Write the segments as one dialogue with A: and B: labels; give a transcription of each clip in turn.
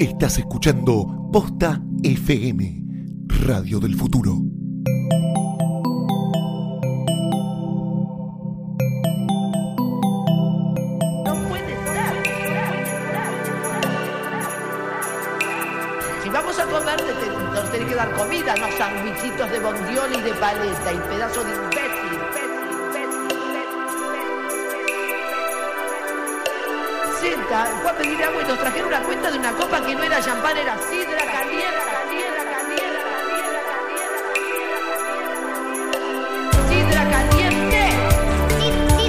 A: Estás escuchando Posta FM, Radio del Futuro.
B: No puede ser. Si vamos a comer, te- te- nos tenés que dar comida, no sandwichitos de bondiola y de paleta y pedazo de imbécil. Senta, fue a pedir agua y nos trajeron una cuenta de una copa que no era champán, era sidra caliente. caliente, caliente, caliente, caliente, caliente. Sidra caliente.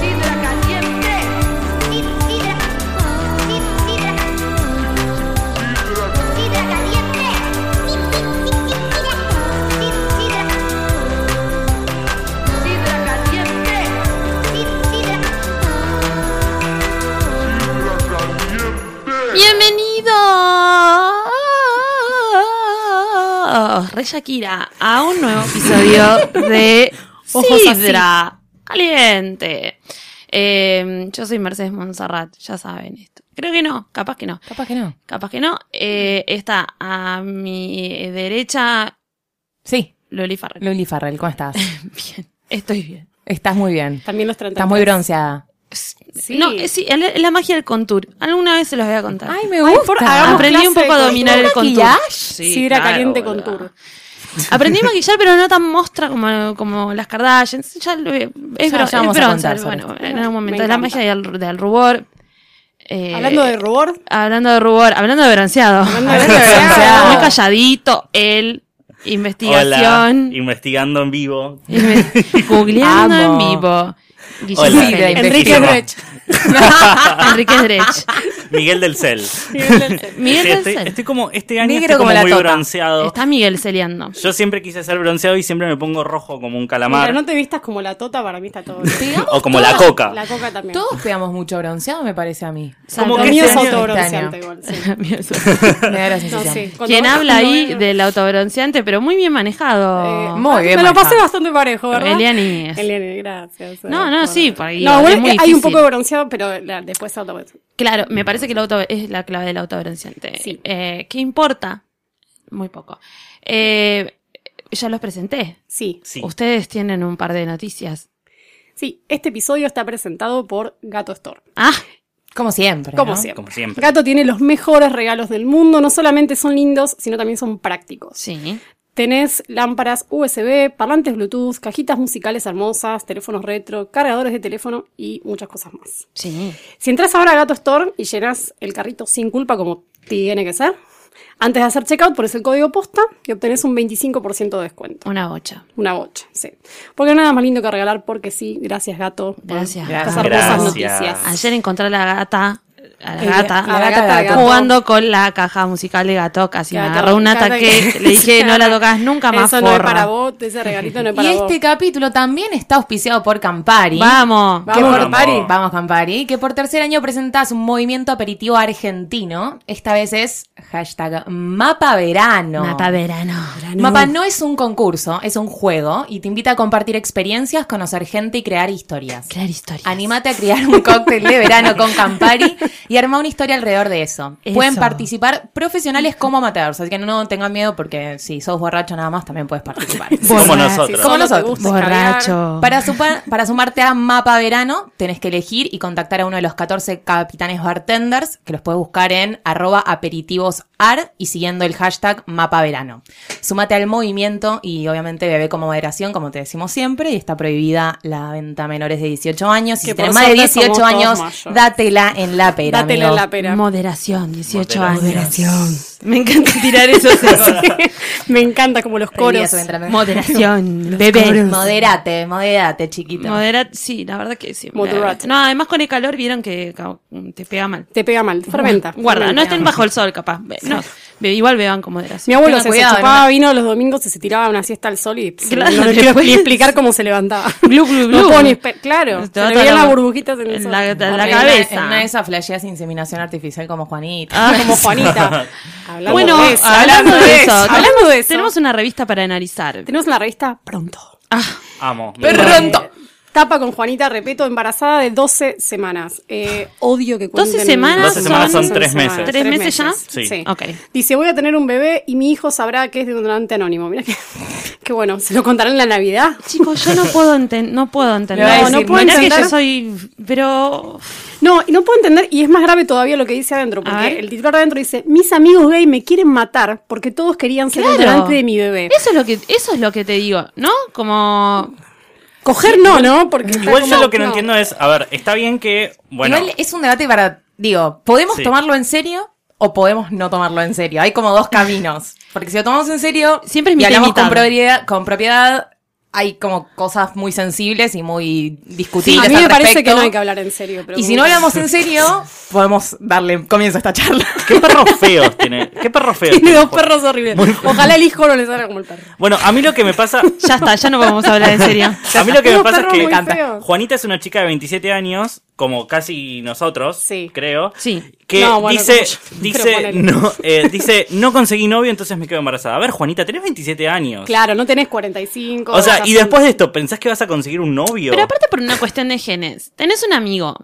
B: Sidra caliente. Sidra caliente.
C: Bienvenidos, Rey Shakira, a un nuevo episodio de
D: Ojos así.
C: Sidra Caliente. Eh, yo soy Mercedes Monserrat, ya saben esto. Creo que no, capaz que no,
D: Capaz que no.
C: capaz que no. Eh, está a mi derecha
D: Sí,
C: Loli Farrell.
D: Luli Farrell, ¿cómo estás?
C: Bien, estoy bien.
D: Estás muy bien.
E: También los 33.
D: Estás muy bronceada.
E: Sí.
C: No, es, sí, es la- es la magia del contour. Alguna vez se los voy a contar.
D: me
E: por- hagamos
C: Aprendí
E: clase
C: un poco
E: de
C: a dominar el
D: contour.
C: contour.
D: ¿Maquillaje?
C: Sí,
E: Sidra
C: claro,
E: caliente
C: boluda.
E: con tour.
C: Aprendí a maquillar, pero no tan mostra como, como las Kardashians. Ya lo- es,
D: Ya-
C: bron-
D: ya vamos
C: es bronce,
D: a contar sobre
C: bueno,
E: esto.
C: en algún momento.
E: Me
C: De la
E: encanta.
C: magia y al- del rubor. eh,
E: Hablando de rubor,
C: Hablando de rubor, hablando de bronceado.
E: Hablando de
D: bronceado.
C: Muy calladito, él, investigación,
F: Hola, investigando en vivo.
C: inve- googleando en
D: Amo.
C: vivo.
F: Hola.
C: Guillermo
D: Sidra,
C: Félix.
E: Enrique
F: Enrique
E: Brecht.
C: Enrique Drech.
F: Miguel del Cel.
C: Miguel
F: Sí,
C: del
F: estoy,
C: Cel.
F: estoy como, este año
D: Negro
F: estoy como,
D: como la
F: muy
D: tota.
F: bronceado.
C: Está Miguel celeando.
F: Yo siempre quise ser bronceado y siempre me pongo rojo como un
E: Mientras
F: calamar.
E: no te vistas como la tota, para mí está todo bien.
F: o como la coca.
E: La coca también.
D: Todos pegamos mucho bronceado, me parece a mí.
F: Como
E: Lo
F: que
E: mío es
F: este año-
E: autobronceante igual. sí. Eh,
D: Me da la
E: No,
D: sensación.
E: sí. Cuando
C: Quien
E: vas-
C: habla ahí
E: cuando-
C: del autobronceante, pero muy bien
E: Eh,
C: manejado.
D: Muy bien
E: Me lo pasé
D: manejado.
E: bastante parejo, ¿verdad?
C: Eliani es.
E: Eliani, gracias. eh,
C: No, no, sí, por ahí
E: No,
C: es
E: bueno,
C: muy
E: eh, hay un
C: difícil.
E: poco de bronceado, pero la- después autobronceante.
C: Claro, me parece que el auto es la clave del autobronceante.
E: Sí.
C: Eh, ¿Qué importa? Muy poco. Eh, ya los presenté.
E: Sí,
F: Sí.
C: Ustedes tienen un par de noticias.
E: sí. Este episodio está presentado por Gato Store.
C: Ah,
D: Como siempre.
E: Como
D: ¿no?
E: siempre.
F: Como
C: Mm.
F: siempre.
E: Gato tiene los mejores regalos del mundo. No solamente son lindos, sino también son prácticos.
C: sí.
E: Tenés lámparas USB, parlantes Bluetooth, cajitas musicales hermosas, teléfonos retro, cargadores de teléfono y muchas cosas más.
C: Sí.
E: Si entras ahora a Gato Store y llenas el carrito sin culpa como tiene que ser, antes de hacer checkout pones el código posta y obtenés un 25% de descuento.
C: Una bocha.
E: Una bocha, sí. Porque nada más lindo que regalar porque sí. Gracias, Gato. por
C: Gracias.
E: Estas
D: Gato.
E: hermosas
F: Gracias.
E: noticias.
C: Ayer encontré a la gata, a la
E: Eh,
C: gata,
E: a la gata de gato.
C: jugando con la caja musical de gato. Casi me
E: Gato,
C: agarró un
E: gato
C: ataque.
E: que-
C: Le dije, no la tocas nunca más,
E: Eso no es
C: forra".
E: para vos, ese regalito no es
D: Y
E: para vos.
D: este capítulo también está auspiciado por Campari.
C: Vamos.
D: Que
E: Vamos,
D: por-
F: Campari.
D: Vamos, Campari. Que por tercer año presentás un movimiento aperitivo argentino. Esta vez es hashtag Mapa Verano.
C: Mapa verano.
D: Mapa no es un concurso, es un juego y te invita a compartir experiencias, conocer gente y crear historias.
C: Crear historias.
D: Animate a crear un cóctel de verano con Campari y arma una historia alrededor de eso.
C: Eso.
D: Pueden participar profesionales como amateurs, así que no tengan miedo porque si sos borracho nada más también puedes participar.
F: Como
C: Borracho.
F: nosotros.
D: Como
E: Solo te
D: nosotros.
E: gusta escabear.
C: Borracho.
D: Para, supa- para sumarte a Mapa Verano, tenés que elegir y contactar a uno de los 14 capitanes bartenders, que los puedes buscar en arroba aperitivosar y siguiendo el hashtag Mapa Verano. Sumate al movimiento y obviamente bebé con moderación, como te decimos siempre, y está prohibida la venta a menores de 18 años. Y
E: Que
D: si tenés
E: por
D: más de
E: suerte somos
D: 18
E: todos
D: años,
E: mayores.
D: dátela en la pera.
E: Dátele
D: amigo.
E: la pera.
C: Moderación, 18 años.
F: Moderación.
C: Me encanta tirar esos
E: Me encanta como los
D: Prohibida
E: coros.
D: su entrada.
C: Moderación, bebé.
D: Moderate, moderate, chiquito.
C: Moderat, sí, la verdad que sí.
E: Moderate.
C: No, además con el calor vieron que ca- te pega mal.
E: Te pega mal, fermenta.
C: Guarda,
E: fermenta.
C: no estén bajo el sol, capaz. No, Be- Igual beban con moderación.
E: Mi abuelo
D: Tenga
E: se,
D: cuidado,
E: chupaba
D: no
E: vino los domingos y se tiraba una siesta al sol y pss,
C: Claro,
E: no le quiero
C: después-
E: ni explicar cómo se levantaba.
C: Glu, glu, glu.
E: No puedo ni espe- claro,
C: Te
E: se
C: va
E: le
C: toda
E: veían
C: la-
E: las burbujitas en,
C: en la-
E: el
C: en
E: sol.
C: la
D: Porque en una-
C: cabeza.
D: En una de esas flasheas inseminación artificial como Juanita.
C: Ah,
E: Como Juanita. Hablando
C: Bueno,
E: de eso,
C: hablando de eso,
E: hablando de eso.
C: Tenemos una revista para analizar. Ah.
E: Tenemos la revista pronto.
F: Amo.
D: Pronto.
E: Tapa con Juanita, repito, embarazada de 12 semanas. Eh, odio que cuenten.
C: 12 semanas
F: 12 semanas son son tres meses.
C: ¿Tres meses ya?
F: Sí.
C: Ok.
E: Dice, voy a tener un bebé y mi hijo sabrá que es de un donante anónimo. Mira que, que bueno, se lo contarán en la Navidad.
C: Chicos, yo no puedo, enten- no puedo entender.
D: Le voy a
C: no
D: decir,
C: puedo
E: no
C: entender que yo
E: entender.
C: soy. Pero.
E: No, y no puedo entender, y es más grave todavía lo que dice adentro,
C: A ver.
E: porque el titular de adentro dice, mis amigos gay me quieren matar porque todos querían ser el
C: Claro.
E: donante de mi bebé.
C: Eso es lo que, eso es lo que te digo, ¿no? Como.
E: Coger no, ¿no? Porque está
F: Igual yo
E: como-
F: lo que no, entiendo es, a ver, está bien que, bueno,
D: Igual es un debate para. Digo, ¿podemos
F: Sí.
D: tomarlo en serio o podemos no tomarlo en serio? Hay como dos caminos. Porque si lo tomamos en serio.
C: Siempre es
D: y
C: mitad y
D: hablamos
C: mitad.
D: con propiedad, con propiedad, hay como cosas muy sensibles y muy discutibles.
E: A mí me
D: al
E: parece que
D: respecto.
E: no hay que hablar en serio. pero
D: Y si
E: bueno.
D: no hablamos en serio, podemos darle comienzo a esta charla.
F: ¿qué perros feos tiene? ¿Qué perros feos
E: Tiene dos
F: Juan?
E: perros horribles. Ojalá el hijo no le salga como el perro.
F: Bueno, a mí lo que me pasa,
C: Ya está, ya no podemos hablar en serio.
F: a mí lo que me
E: Unos
F: pasa es
E: perros
F: que
E: muy
D: Canta.
E: feos.
F: Juanita es una chica de 27 años, como casi nosotros,
E: Sí.
F: creo.
C: Sí.
F: Que
E: No, bueno,
F: dice,
E: como yo, pero
F: dice,
E: ponele.
F: no, eh, dice, no conseguí novio, entonces me quedo embarazada. A ver, Juanita, tenés 27 años.
E: Claro, no tenés 45.
F: O sea,
E: estás
F: y
E: en-
F: después de esto, ¿pensás que vas a conseguir un novio?
C: Pero aparte por una cuestión de genes. Tenés un amigo,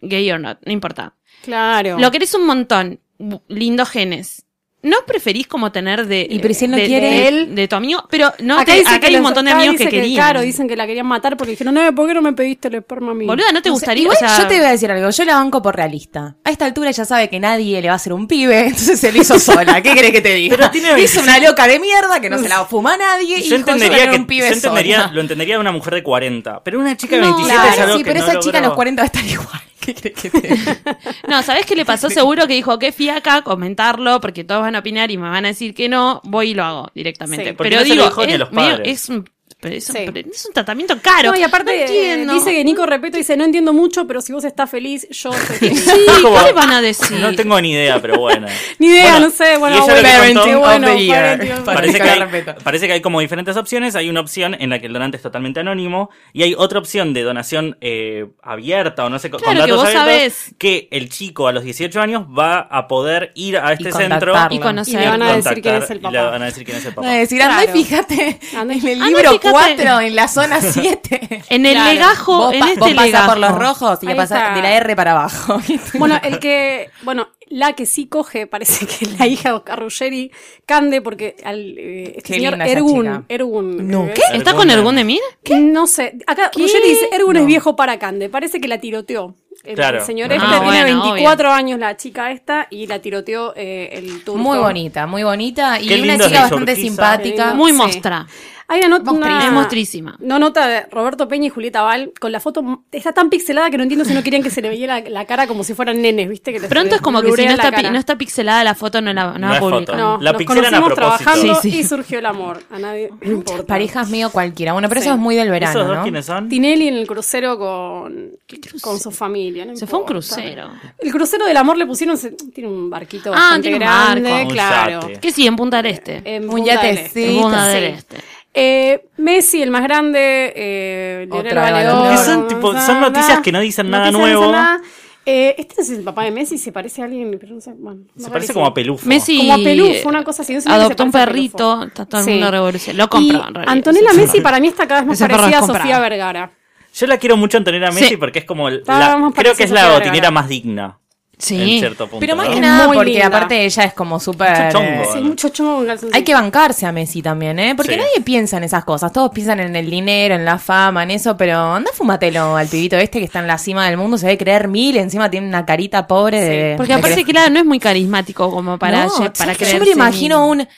C: gay or not, no importa.
E: Claro.
C: Lo querés un montón, bu- lindos genes. ¿No preferís como tener de,
D: Y pero si él no
C: de-
D: quiere-
C: de él, de tu amigo? Pero no,
E: Acá
C: te-
E: dice
C: acá
E: que
C: hay un
E: los-
C: montón de
E: acá
C: amigos
E: dice
C: que querían.
E: Claro, dicen que la querían matar porque dijeron, no, ¿por qué no me pediste el esperma a mí?
C: Boluda, ¿no te
D: No sé,
C: gustaría?
D: igual
C: O sea,
D: yo te voy a decir algo, yo la banco por realista. A esta altura ya sabe que nadie le va a hacer un pibe, entonces se lo hizo sola. ¿Qué crees que te diga?
F: Pero tiene
D: hizo una loca de mierda que no se la fuma nadie y
F: yo entendería que
D: un pibe
F: yo entendería-
D: sola.
F: lo entendería de una mujer de 40, pero una chica de
C: No,
F: 27 es
D: Claro,
F: algo
D: sí,
F: que
D: pero
F: no
D: esa chica a
F: logró.
D: los 40 va a estar igual. ¿Qué crees que te diga?
C: No, ¿sabés qué le pasó? Seguro que dijo, qué fiaca comentarlo, porque todos van a opinar y me van a decir que no, voy y lo hago directamente.
E: Sí,
F: porque
C: pero
F: no se lo
C: digo,
F: dejó ni a
C: es,
F: los
C: medio-
F: padres.
C: es un, pero es, un,
E: Sí.
C: pero es un tratamiento caro.
E: No, y aparte
C: No entiendo.
E: eh, dice que Nico Repeto dice, no entiendo mucho, pero si vos estás feliz, yo estoy feliz.
C: Sí,
F: Como-
C: ¿qué le van a decir?
F: No tengo ni idea, pero bueno.
E: Ni idea,
F: Bueno,
E: no sé, bueno,
F: y ella
E: abuelo,
F: lo que
E: parenting,
F: contó-
E: bueno,
D: of the year.
E: parenting,
D: Para-
F: Parece que,
D: Para
F: hay,
D: respeto.
F: parece que hay como diferentes opciones. Hay una opción en la que el donante es totalmente anónimo y hay otra opción de donación eh, abierta o no sé, co-
C: Claro,
F: con
C: que
F: datos
C: vos
F: abiertos,
C: sabés.
F: que el chico a los 18 años va a poder ir a este centro
D: contactarlo.
C: Y conocer.
E: Y le van a decir
F: contactar
E: quién es el
F: y le
E: papá.
F: van a decir quién es el
D: Van
F: papá.
D: a decir, anda
E: Claro.
D: y fíjate
F: Ah,
E: Anda y-
D: en el
C: Anda y
D: libro
C: fíjate.
D: 4, en la zona 7.
C: En el
E: Claro.
C: legajo,
D: vos
C: en
D: pa-
C: este
D: vos pasás
C: legajo.
D: por los rojos y le
E: Ahí
D: pasás
E: está.
D: de la R para abajo.
E: Bueno, el que, bueno, la que sí coge parece que es la hija de Oscar Ruggeri Cande, porque al eh, este
D: Qué
E: señor
D: linda esa
E: Ergun,
D: chica.
E: Ergun.
D: No.
E: eh,
D: ¿Qué?
C: ¿Está con Ergun de Mir?
E: No sé, acá Ruggeri dice, Ergun es viejo para Cande, parece que la tiroteó. El,
F: Claro.
E: el señor
F: Ah,
E: este tiene
C: bueno,
E: 24 años la chica esta y la tiroteó eh, el turco.
D: Muy bonita, muy bonita.
F: Qué
D: Y una
F: lindo es
D: chica
F: el
D: bastante
F: sortija.
D: simpática.
C: Muy
E: Sí.
C: mostra.
E: Hay una nota.
D: Mostrísima.
E: una-
C: Es mostrísima.
E: No nota de Roberto Peña y Julieta Val con la foto. m- Está tan pixelada que no entiendo si no querían que se le veía la, la cara como si fueran nenes, ¿viste? Que les-
C: Pronto es como que si
E: blurea
C: no
E: la
C: está, pi-
E: cara.
C: no está pixelada la foto, no la, no
F: No
C: la
F: es foto.
C: publican.
E: No,
F: La
E: nos
F: pixelan a
E: conocimos
F: propósito.
E: trabajando
C: Sí, sí.
E: y surgió el amor. A nadie le importa.
D: Parejas medio cualquiera. Bueno, pero
E: Sí.
D: eso es muy del verano.
F: ¿Esos dos
D: ¿no?
F: quiénes son?
E: Tinelli en el crucero con,
C: crucero?
E: con su familia. no
C: Se fue a un
E: importa.
C: crucero.
E: El crucero del amor le pusieron. se- tiene un barquito
C: Ah,
E: bastante
C: tiene un
E: grande,
C: barco.
F: Un
E: claro.
F: yate.
C: Que sí, en Punta del Este.
E: En
D: Un
E: Punta del
D: yatecito.
E: Este.
C: en Punta
E: Eh, sí.
C: del Este.
E: Eh, Messi, el más grande, eh, Lionel
D: Otro
E: Valero,
D: Valero.
F: Que son, tipo, son noticias que no dicen nada
E: Noticias no
F: nuevo.
E: dicen nada. Eh, este no es el papá de Messi, se parece a alguien, pero no sé, bueno,
F: Se
E: no
F: parece
E: rarísimo.
F: como a Pelufo.
C: Messi
E: Como a Pelufo, una cosa así, no sé ni qué
C: adoptó
E: se
C: un
E: parece a Pelufo.
C: perrito, está todo el
E: Sí.
C: mundo revolucionado. Lo compro,
E: Y
C: en realidad.
E: Antonella
C: Sí, sí.
E: Messi para mí está cada vez más
C: Ese perro
E: parecida a
C: es comprado.
E: Sofía Vergara.
F: Yo la quiero mucho Antonella Messi
C: Sí.
F: porque es como la-
E: Está más
F: creo que es
E: parecida
F: la
E: a
F: botinera
E: Vergara.
F: más digna
C: Sí.
F: en cierto punto.
D: Pero más
F: ¿no?
D: que
E: Es
D: nada,
E: muy
D: porque
E: linda.
D: aparte ella es como
F: Mucho
D: súper. eh,
F: chongo.
E: Sí,
F: Bueno.
E: mucho chongo con calzoncillo.
D: Hay que bancarse a Messi también, ¿eh? Porque
F: Sí.
D: nadie piensa en esas cosas. Todos piensan en el dinero, en la fama, en eso, pero anda fumatelo al pibito este que está en la cima del mundo, se debe creer mil, encima tiene una carita pobre de.
C: Porque
D: de
C: aparte,
D: creer-
C: claro, no es muy carismático como para,
D: No,
C: lle-
D: che,
C: para
D: Yo me
C: creerse
D: lo imagino
C: ni-
D: un.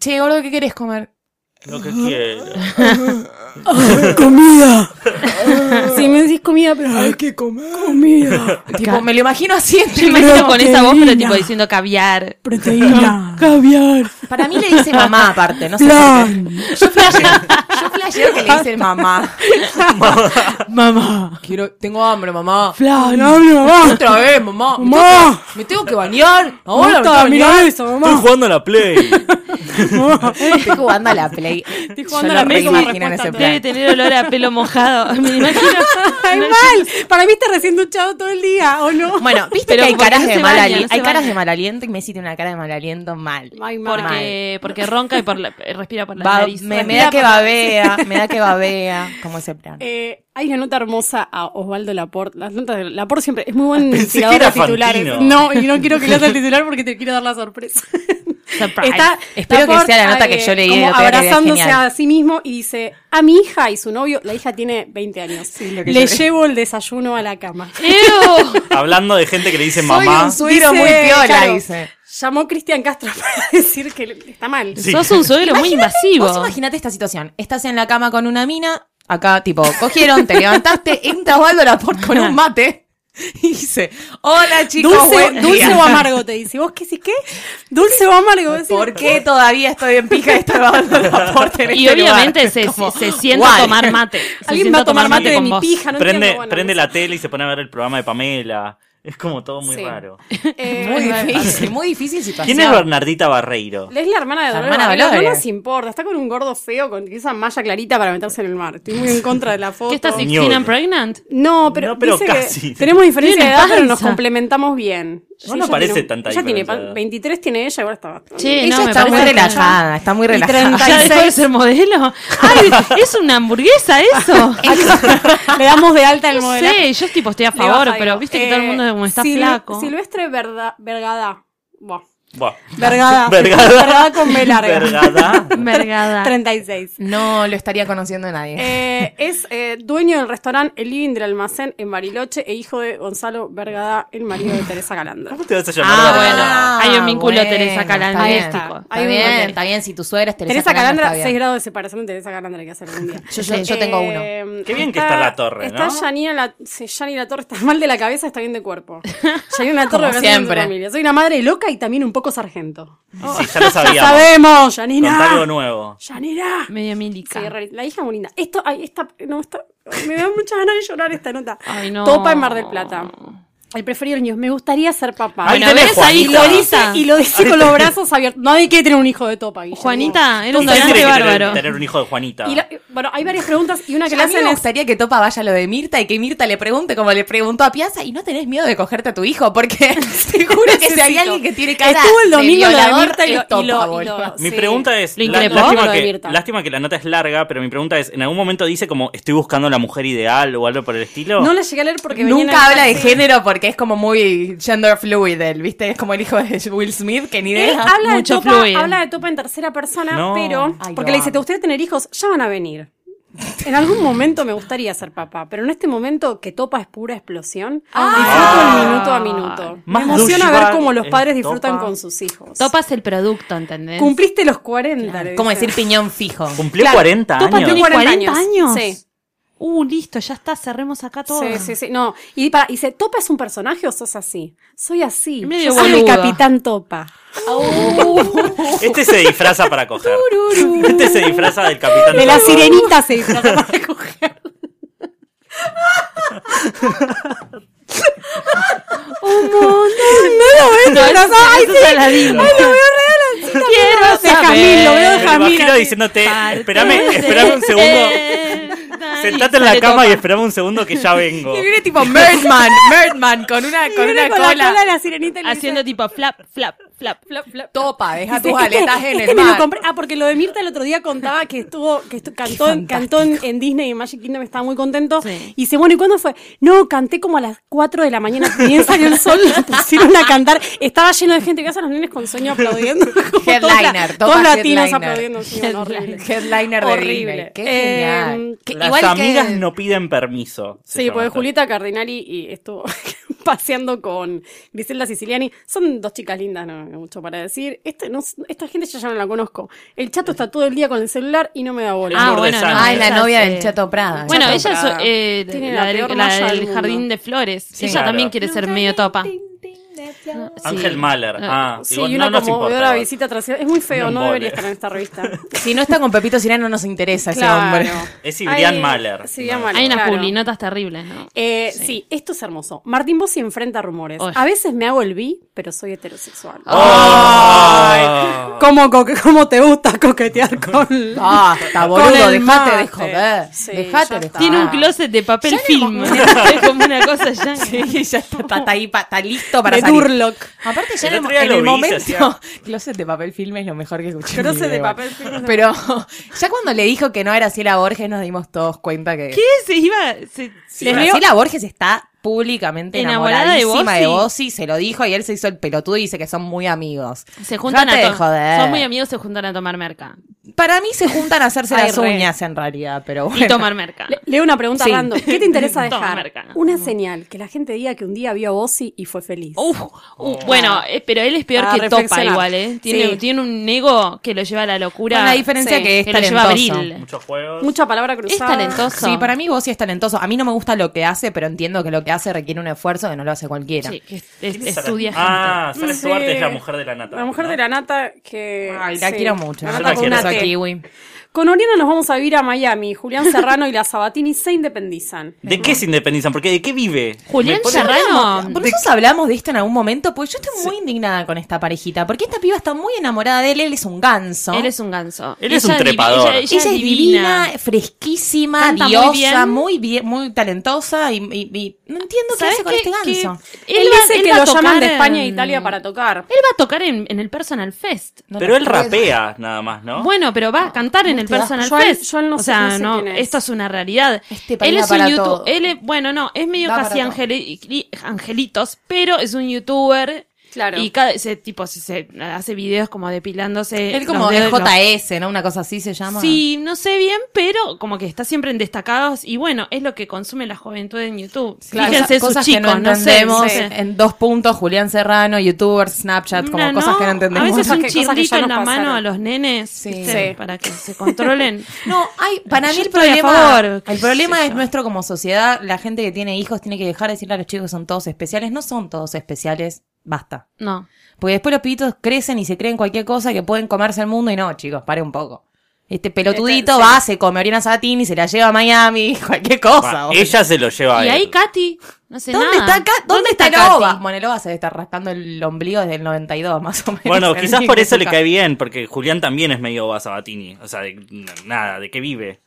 D: Che, gordo, ¿qué querés comer?
F: Lo que quiero.
E: ¡Comida! Si me decís comida, pero hay que comer. Comida.
D: Tipo, me lo imagino así.
C: Yo me imagino con esa voz, pero tipo diciendo caviar.
E: Proteína. Caviar.
D: Para mí le dice mamá aparte, no sé. por qué.
E: Plan.
D: Yo flasheo, yo flasheo que le dice mamá.
E: Mamá.
D: Quiero, tengo hambre, mamá.
E: Plan. No, no, mamá.
D: Otra vez, mamá. Me
E: Mamá.
D: tengo que- Me tengo que bañar. Ahora me tengo
E: Basta,
D: que
E: mira
D: bañar.
E: eso,
F: Estoy
E: mamá.
F: jugando a la Play.
D: Estoy jugando a la Play. Estoy
E: jugando a la Play como respuesta
D: ese
C: Debe
D: plan.
C: tener olor a pelo mojado. Me imagino.
E: Ay, mal. Para mí está recién duchado todo el día, ¿o no?
D: Bueno, viste
C: Pero
D: que hay
C: porque
D: caras
C: no
D: de
C: se
D: mal
C: baña,
D: ali-
C: no se
D: Hay caras
C: baña.
D: de mal aliento y Messi tiene una cara de mal aliento mal.
E: Ay, mamá.
C: Porque, porque ronca y por la- respira por la
D: Va-
C: nariz.
D: me, me
C: Respira
D: da que
C: por-
D: babea, me da que babea. Como ese plan.
E: Eh, hay una nota hermosa a Osvaldo Laporte. Las notas de Laporte siempre es muy buen
F: Pensé
E: tirador
F: que era
E: de titulares.
F: Fantino.
E: No, y no quiero que leas el titular porque te quiero dar la sorpresa.
C: Surprise.
D: Espero que sea la nota que
E: eh,
D: yo leí
E: como
D: el otro día, que era
E: abrazándose
D: genial.
E: a sí mismo y dice, a mi hija y su novio, la hija tiene 20 años,
D: lo que yo
E: le
D: leí.
E: llevo el desayuno a la cama.
C: ¡Ew!
F: Hablando de gente que le dice
D: Soy
F: mamá.
D: un suegro muy piola, dice.
E: Llamó Cristian Castro para decir que le- está mal.
F: Sí.
C: Sos un suegro muy invasivo.
D: Vos imaginate esta situación. Estás en la cama con una mina, acá tipo, cogieron, te levantaste, entra Osvaldo Laporte con un mate y dice, hola chicos,
E: Dulce,
D: buen día".
E: dulce o amargo, te dice. ¿Vos qué decís qué? Dulce o amargo. decís.
D: ¿Por qué todavía estoy en pica y está Osvaldo Laporte en
C: Y
D: este
C: obviamente
D: lugar?
C: se,
D: Como,
C: se sienta
D: guay.
C: a tomar mate. Se
E: Alguien
C: sienta
E: va a tomar mate de
C: con
E: mi
C: vos.
E: pija, no
F: prende
E: entiendo, bueno,
F: prende
E: no
F: la
E: sé.
F: tele y se pone a ver el programa de Pamela. Es como todo muy
E: Sí.
F: raro.
E: Eh,
D: Muy difícil, muy difícil situación.
F: ¿Quién es Bernardita Barreiro?
E: Es la hermana de
D: La
E: Dolores.
D: hermana de
E: Barreiro,
D: Dolores.
E: No nos importa. Está con un gordo feo con esa malla clarita para meterse en el mar. Estoy muy en contra de la foto.
C: ¿Qué estás,
F: Señor.
C: 16 and pregnant?
E: No, pero,
F: No, pero
E: dice que
F: casi.
E: tenemos diferencia de
C: Tiene
E: edad, pero nos
C: panza.
E: complementamos bien.
F: No nos
E: ella
F: parece
E: tiene-
F: tanta
E: ella tiene
F: diferencia
E: pan-
F: de edad.
E: 23 tiene ella, ahora está bastante.
C: Che,
D: Ella
C: no, me
D: está muy
C: parece que-
D: relajada, está muy relajada.
C: ¿Ya dejó de ser modelo? ¡Ay, es una hamburguesa eso!
E: Le damos de alta el
C: No
E: modelo.
C: sé, yo tipo estoy a
E: Le baja,
C: favor, pero
E: digo,
C: viste que todo el
E: eh,
C: mundo como está
E: Sil-
C: flaco.
E: Silvestre Verda, Vergada. Buah.
F: Buah.
E: Vergada.
F: Vergada.
E: Vergada con B larga.
F: Vergada.
C: Vergada.
E: 36.
D: No lo estaría conociendo nadie.
E: Eh, es eh, dueño del restaurante El Living del Almacén en Bariloche e hijo de Gonzalo Vergada, el marido de Teresa Calandra.
F: ¿Cómo te vas a llamar
C: Ah,
F: Vergada?
C: bueno. Hay un vínculo Teresa
D: Calanda.
C: Calandra.
D: Está bien,
E: Hay
D: está
E: un
D: bien,
E: vínculo.
D: está bien, si tu suegra es Teresa,
E: Teresa
D: Calandra,
E: Calandra,
D: está
E: 6
D: bien.
E: grados de separación de Teresa Calandra hay que hacer algún día.
D: Yo- yo- yo tengo uno.
E: Eh,
F: Qué bien que está la torre,
E: Está
F: ¿no?
E: Yanina la, sí, Yani la Torre, está mal de la cabeza, está bien de cuerpo. Yanina la Torre,
D: Como
E: gracias a su
D: siempre.
E: familia. Soy una madre loca y también un poco sargento.
F: Sí, ya lo
E: Oh, ¡Ya
F: sabíamos.
E: sabemos,
F: Contá algo
E: Yanina!
F: nuevo.
E: ¡Yanina!
C: Medio
E: Sí,
C: milica.
E: re- la hija bonita. Esto, ay, esta, no, esta, me da muchas ganas de llorar esta nota.
C: Ay, no.
E: Topa en Mar del Plata. El preferido de los niños, me gustaría ser papá.
F: Ahí
C: Bueno,
F: tenés,
C: ves ahí,
F: Juanita.
C: Juanita.
E: y lo dice con los brazos abiertos. Nadie quiere tener un hijo de topa, Guillermo.
C: Juanita, era un
F: ¿Quién tiene
C: donante
F: que
C: bárbaro.
F: tener, tener un hijo de Juanita?
E: Y la- bueno, hay varias preguntas y una que le
D: a mí
E: hacen
D: me
E: es,
D: gustaría que Topa vaya a lo de Mirta y que Mirta le pregunte como le preguntó a Piazza y no tenés miedo de cogerte a tu hijo porque te juro que si hay
E: Necesito.
D: alguien que tiene cara
E: Estuvo el
D: de
E: domingo lo de
D: violador,
E: Mirta y
D: es
E: lo- y
D: Topa,
E: lo- y
D: boludo.
E: lo-
F: Mi
E: sí.
F: pregunta es,
C: Lo
F: la-
C: increpó.
E: Lo
F: lástima,
E: de
F: que,
E: Mirta.
F: lástima que la nota es larga, pero mi pregunta es, ¿en algún momento dice como estoy buscando la mujer ideal o algo por el estilo?
E: No la llegué a leer porque venía en
D: Nunca
E: el
D: habla de
E: taxi.
D: género porque es como muy gender fluid él, ¿viste? Es como el hijo de Will Smith que ni
E: Él
D: idea.
E: habla de,
C: Mucho
E: topa,
C: fluido.
E: habla de topa en tercera persona,
F: No.
E: pero
D: Ay,
E: porque
D: lo
E: le dice,
D: amo.
E: ¿te gustaría tener hijos? Ya van a venir. En algún momento me gustaría ser papá, pero en este momento que topa es pura explosión,
C: Ah.
E: disfruto el minuto a minuto.
F: Más
E: me emociona
F: douchebag
E: ver cómo los
F: es
E: padres disfrutan
F: Topa.
E: con sus hijos.
C: Topas el producto, ¿entendés?
E: Cumpliste los 40. le
D: Como
E: dice.
D: decir piñón fijo.
F: Cumplió
E: Claro,
F: 40
C: Topa
F: años.
C: tiene 40 años.
E: Sí.
C: Uh, listo, ya está, cerremos acá todo.
E: Sí, sí, sí. No. Y para, y dice, ¿Topa es un personaje o sos así? Soy así.
C: Medio
E: Yo soy el
C: boluda.
E: capitán Topa.
F: Este se disfraza para coger. Este se disfraza del capitán.
E: De la sirenita se disfraza para coger.
C: No, eso- eso se la digo. Quiero
E: De Jamil, lo veo de
F: Me
C: saber.
F: lo
E: Jamil.
F: imagino diciéndote,
C: Parte
F: espérame,
C: de-
F: espérame un
E: este
F: segundo. Eh, Sentate en la
C: Sale
F: cama y
C: Topa.
F: esperame un segundo que ya vengo.
D: Y viene tipo Birdman, Birdman, con una, con
E: Viene
D: una
E: con la cola de
D: cola.
E: la sirenita y le dice,
C: Haciendo tipo flap, flap, flap, flap, flap.
D: Topa, deja
E: Dice,
D: tus
E: "Es que-
D: aletas en
E: es
D: el
E: que me lo
D: mar.
E: compré. Ah, porque lo de Mirta el otro día contaba que estuvo, que estu- cantó, en- cantó en, en Disney y en Magic Kingdom, estaba muy contento.
C: Sí.
E: Y dice, bueno, ¿y cuándo fue? No, canté como a las 4 de la mañana, bien salió el sol, la pusieron a cantar. Estaba lleno de gente, ¿qué a los nenes con sueño aplaudiendo? Como todos la-
D: Headliner,
E: todos
D: topa
E: latinos
D: headliner.
E: aplaudiendo. sí, bueno, horrible.
D: Headliner de
E: Horrible.
D: Disney. Qué
E: Eh,
D: genial. Que
F: Las
D: igual que-
F: amigas no piden permiso. se
E: Sí,
F: llama
E: porque
F: esto.
E: Julieta Cardinali y estuvo paseando con Griselda Siciliani. Son dos chicas lindas, no hay mucho para decir. Este, no, esta gente yo ya no la conozco. El chato está todo el día con el celular y no me da bola.
F: Ah, bueno, no,
D: Ah, es la
C: esa
D: novia
C: se-
D: del Chato Prada.
C: Bueno,
E: Chato
C: ella es
E: Prada.
C: eh,
E: Tiene
C: la,
E: la
C: del-
E: peor
C: la
E: malla del
C: del
E: mundo.
C: jardín de flores.
F: Sí,
C: ella
F: claro.
C: también quiere ser medio topa. Sí.
F: Ángel Mahler. Ah,
E: Sí,
F: igual
E: y una
F: no nos
E: como
F: importa,
E: veo la
F: igual.
E: visita trasera. Es muy feo,
F: Un
E: no
F: embole.
E: debería estar en esta revista.
D: Si no está con Pepito Cirano, no nos interesa ese hombre.
F: Es Ibrián
E: Ay,
F: Mahler.
E: es Ibrián
F: No.
E: Mahler,
C: Hay unas
E: claro.
C: publinotas terribles, ¿no?
E: Eh, sí. esto es hermoso. Martín Bossi enfrenta rumores.
C: Oy.
E: A veces me hago el bi, pero soy heterosexual.
F: Ah. ¡Oh!
E: ¿Cómo, coque- cómo te gusta coquetear con la-
D: Ah, Basta,
E: Con
D: boludo,
E: el
D: dejate de
E: mate.
D: joder.
E: Sí,
D: dejate
E: ya
D: de
E: está.
C: Tiene un
D: joder.
C: closet de papel film. Es como una cosa ya.
D: ya está, está ahí, pa- está listo para
E: de
D: salir.
E: Durlock?
D: Aparte, ya
F: El
D: en el,
F: otro día
D: en
F: lo
D: el
F: vi,
D: momento.
F: se hacía-
D: Closet de papel filme es lo mejor que escuché. en mi
E: Closet de
D: vida,
E: papel filme es lo
D: Pero ya cuando le dijo que no era Ciela Borges, nos dimos todos cuenta que.
C: ¿Qué? Se iba. se-
D: Sí, Graciela Borges está públicamente
C: Enamorada
D: enamoradísima
C: de
D: de
C: Bossi.
D: Bossi, se lo dijo y él se hizo el pelotudo y dice que son muy amigos.
C: Se juntan
D: Dejate
C: a
D: de
C: to-
D: joder.
C: Son muy amigos, se juntan a tomar merca.
D: Para mí se juntan a hacerse
E: Ay,
D: las
E: re.
D: uñas en realidad, pero bueno.
C: Y tomar merca.
E: Le- Leo una pregunta
D: Sí.
E: random. ¿Qué te interesa
C: Toma,
E: dejar?
C: Mercano.
E: Una señal, que la gente diga que un día vio a Bossi y fue feliz.
C: Uf,
D: Oh.
C: uh,
D: Ah.
C: bueno, eh, pero él es peor
E: Para
C: que Topa
E: reflexionar.
C: igual, ¿eh? Tiene,
E: Sí.
C: tiene un ego que lo lleva a la locura.
D: Con la diferencia
E: Sí,
D: que es
C: que lo lleva a
D: talentoso.
C: Abril.
F: Muchos juegos.
E: Mucha palabra
C: Es
E: cruzada.
C: talentoso.
D: Sí, para mí Bossi es talentoso. A mí no me gusta lo que hace, pero entiendo que lo que hace requiere un esfuerzo que no lo hace cualquiera.
C: Sí, que es- es-
F: ¿Quién es Sara-
C: estudia gente.
F: Ah, Sara
E: Sí.
F: Stuart es la mujer de la nata.
E: La mujer
F: ¿no?
E: de la nata que.
D: Ay, la
E: sí.
D: quiero mucho.
E: La
F: Yo
E: nata
F: la
E: con
F: quiero.
E: una
D: Esa
E: T.
D: kiwi.
E: Con Oriana nos vamos a vivir a Miami. Julián Serrano y la Sabatini se independizan.
F: ¿De qué se independizan? Porque ¿de qué vive?
C: Julián
F: Me pone-
C: Serrano.
D: Por nosotros hablamos de esto en algún momento, porque yo estoy muy indignada con esta parejita, porque esta piba está muy enamorada de él, él es un ganso.
C: Él es un ganso.
F: Él es
C: Ella
F: un
C: divi-
F: trepador.
C: Ella, ella
D: Ella es divina, fresquísima,
C: Canta muy
D: diosa, muy
C: bien.
D: bien, muy, talentosa y, y- y no entiendo qué
C: ¿Sabes
D: hace con
C: qué-
D: este
C: qué-
D: ganso.
E: Él,
C: va-
E: dice
C: él
E: que
C: va a
E: lo llaman de
C: tocar
E: España e
C: en-
E: Italia para tocar.
C: Él va a tocar en, en el Personal Fest.
D: No
F: Pero
D: la
F: él
D: puedo-
F: rapea nada más, ¿no?
C: Bueno, pero va a cantar en el Personal
E: Yo a él-
C: Fest.
E: yo a él no
C: o
E: sé-
C: sea,
E: no sé quién es.
C: esto es una realidad.
D: Este país
C: él
D: da
C: es
D: para
C: un youtuber.
D: todo.
C: Él es- bueno, no, es medio
D: Da
C: casi
D: para todo.
C: angeli- angelitos, pero es un youtuber.
E: Claro.
C: Y cada, ese tipo se, se hace videos como depilándose.
D: Él como
C: los
D: es E,
C: dedos, los-
D: JS, ¿no? Una cosa así se llama.
C: Sí, no sé bien, pero como que está siempre en destacados. Y bueno, es lo que consume la juventud en YouTube.
D: Claro,
C: Fíjense
D: cosas-
C: sus
D: cosas
C: chicos,
D: que no
C: no sé.
D: entendemos
C: no sé.
D: en dos puntos, Julián Serrano, youtuber, Snapchat, como
C: Una,
D: cosas que no entendemos.
C: A veces
E: Cosas
C: un
E: que- cosas que ya
C: chirrito en
E: nos
C: la mano
E: pasaron.
C: a los nenes ¿viste?
E: Sí.
C: para que se controlen.
D: No, hay, para
C: Yo
D: mí el
C: estoy a
D: problema,
C: favor, qué
D: el problema
C: sé
D: es
C: yo.
D: nuestro como sociedad, la gente que tiene hijos tiene que dejar de decirle a los chicos que son todos especiales, no son todos especiales, basta.
C: No.
D: Porque después los pibitos crecen y se creen cualquier cosa que pueden comerse el mundo y no, chicos, pare un poco. Este pelotudito
E: Este, sí.
D: va, se come Oriana Sabatini, se la lleva a Miami, cualquier cosa.
F: Va,
D: boludo.
F: ella se lo lleva a
C: Y
F: él.
C: ahí Katy, no sé
D: ¿Dónde,
C: nada.
D: está acá? ¿Dónde, está
C: Katy?
D: Loba? Bueno, Loba se está rascando el ombligo desde el 92, más o menos.
F: Bueno,
D: En
F: quizás
D: el
F: por eso le
D: Yucatán.
F: cae bien, porque Julián también es medio Basabatini. O sea, de- n- nada, ¿de qué vive?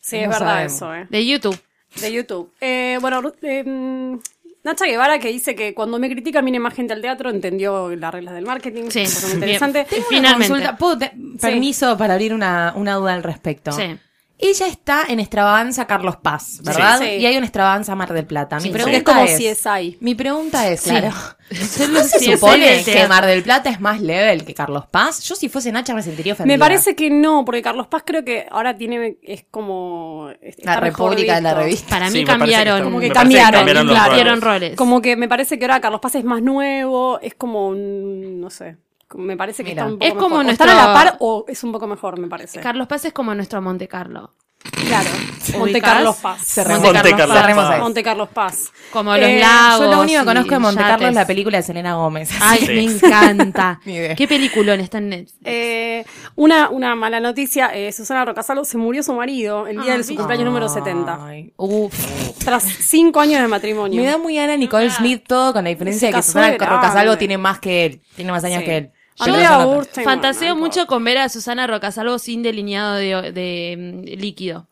E: Sí, es
D: No
E: verdad
D: sabemos.
E: eso, ¿eh?
C: De YouTube.
E: De YouTube. Eh, bueno, Ru- eh, mm, Nacha Guevara que dice que cuando me critican viene más gente al teatro, entendió las reglas del marketing.
C: Sí.
E: cosa muy
C: Bien.
E: interesante.
C: Tengo
D: Una
C: Finalmente.
D: consulta. ¿Puedo te- Permiso para abrir una, una duda al respecto.
C: Sí.
D: Ella está en extravaganza Carlos Paz, ¿verdad?
E: Sí.
D: Y hay una extravaganza Mar del Plata. Mi
C: Sí,
D: pregunta
E: Porque es como
D: es,
E: si es ahí.
D: Mi pregunta es,
C: Sí.
D: claro.
C: Yo
D: ¿No
C: lo
D: se
C: siempre
D: supone
C: te-
D: que Mar del Plata es más level que Carlos Paz? Yo si fuese Nacha me sentiría ofendida.
E: Me parece que no, porque Carlos Paz creo que ahora tiene, es como... es-
D: La
E: está mejor
D: república de la
E: visto.
D: revista.
C: Para mí
F: Sí, me parece que
C: cambiaron.
F: está-
E: Como que
F: me parece
E: cambiaron,
F: cambiaron los
E: claro.
F: roles.
C: Cambiaron roles.
E: Como que me parece que ahora Carlos Paz es más nuevo, es como un, no sé, me parece que
D: Mira.
E: está un poco
C: Es como
E: mejor. O
C: nuestro-
E: están a la par o es un poco mejor, me parece.
C: Carlos Paz es como nuestro Monte Carlo.
E: claro. Monte
C: ¿Ubicás?
E: Carlos Paz.
D: Cerremos
C: Monte
F: Monte
C: Carlo
F: Carlo
C: Paz.
D: Cerremos ahí.
E: Monte Carlos Paz.
C: Como los
E: Eh,
C: lagos.
D: Yo lo único que
C: y
D: conozco de Monte
C: yates.
D: Carlo es la película de Selena Gómez.
C: Ay,
F: Sí.
C: me encanta.
D: Ni idea.
C: Qué peliculón está en Netflix.
E: Eh, una, una mala noticia, eh, Susana Rocasalo se murió su marido el día
C: Ah,
E: de su
C: mira.
E: cumpleaños número 70,
D: Ay, uf.
E: tras cinco años de matrimonio.
D: Me da muy Ana Nicole Smith todo con la diferencia de que
E: Casó
D: Susana
E: de
D: Rocasalvo
E: grande.
D: tiene más que él. Tiene más años
E: Sí.
D: que él. Yo
E: Andrea
D: lo noto.
E: Burst- Tengo,
C: Fantaseo
E: no
C: mucho
E: importa.
C: con ver a Susana Rocasalvo sin delineado de, de, mm, líquido.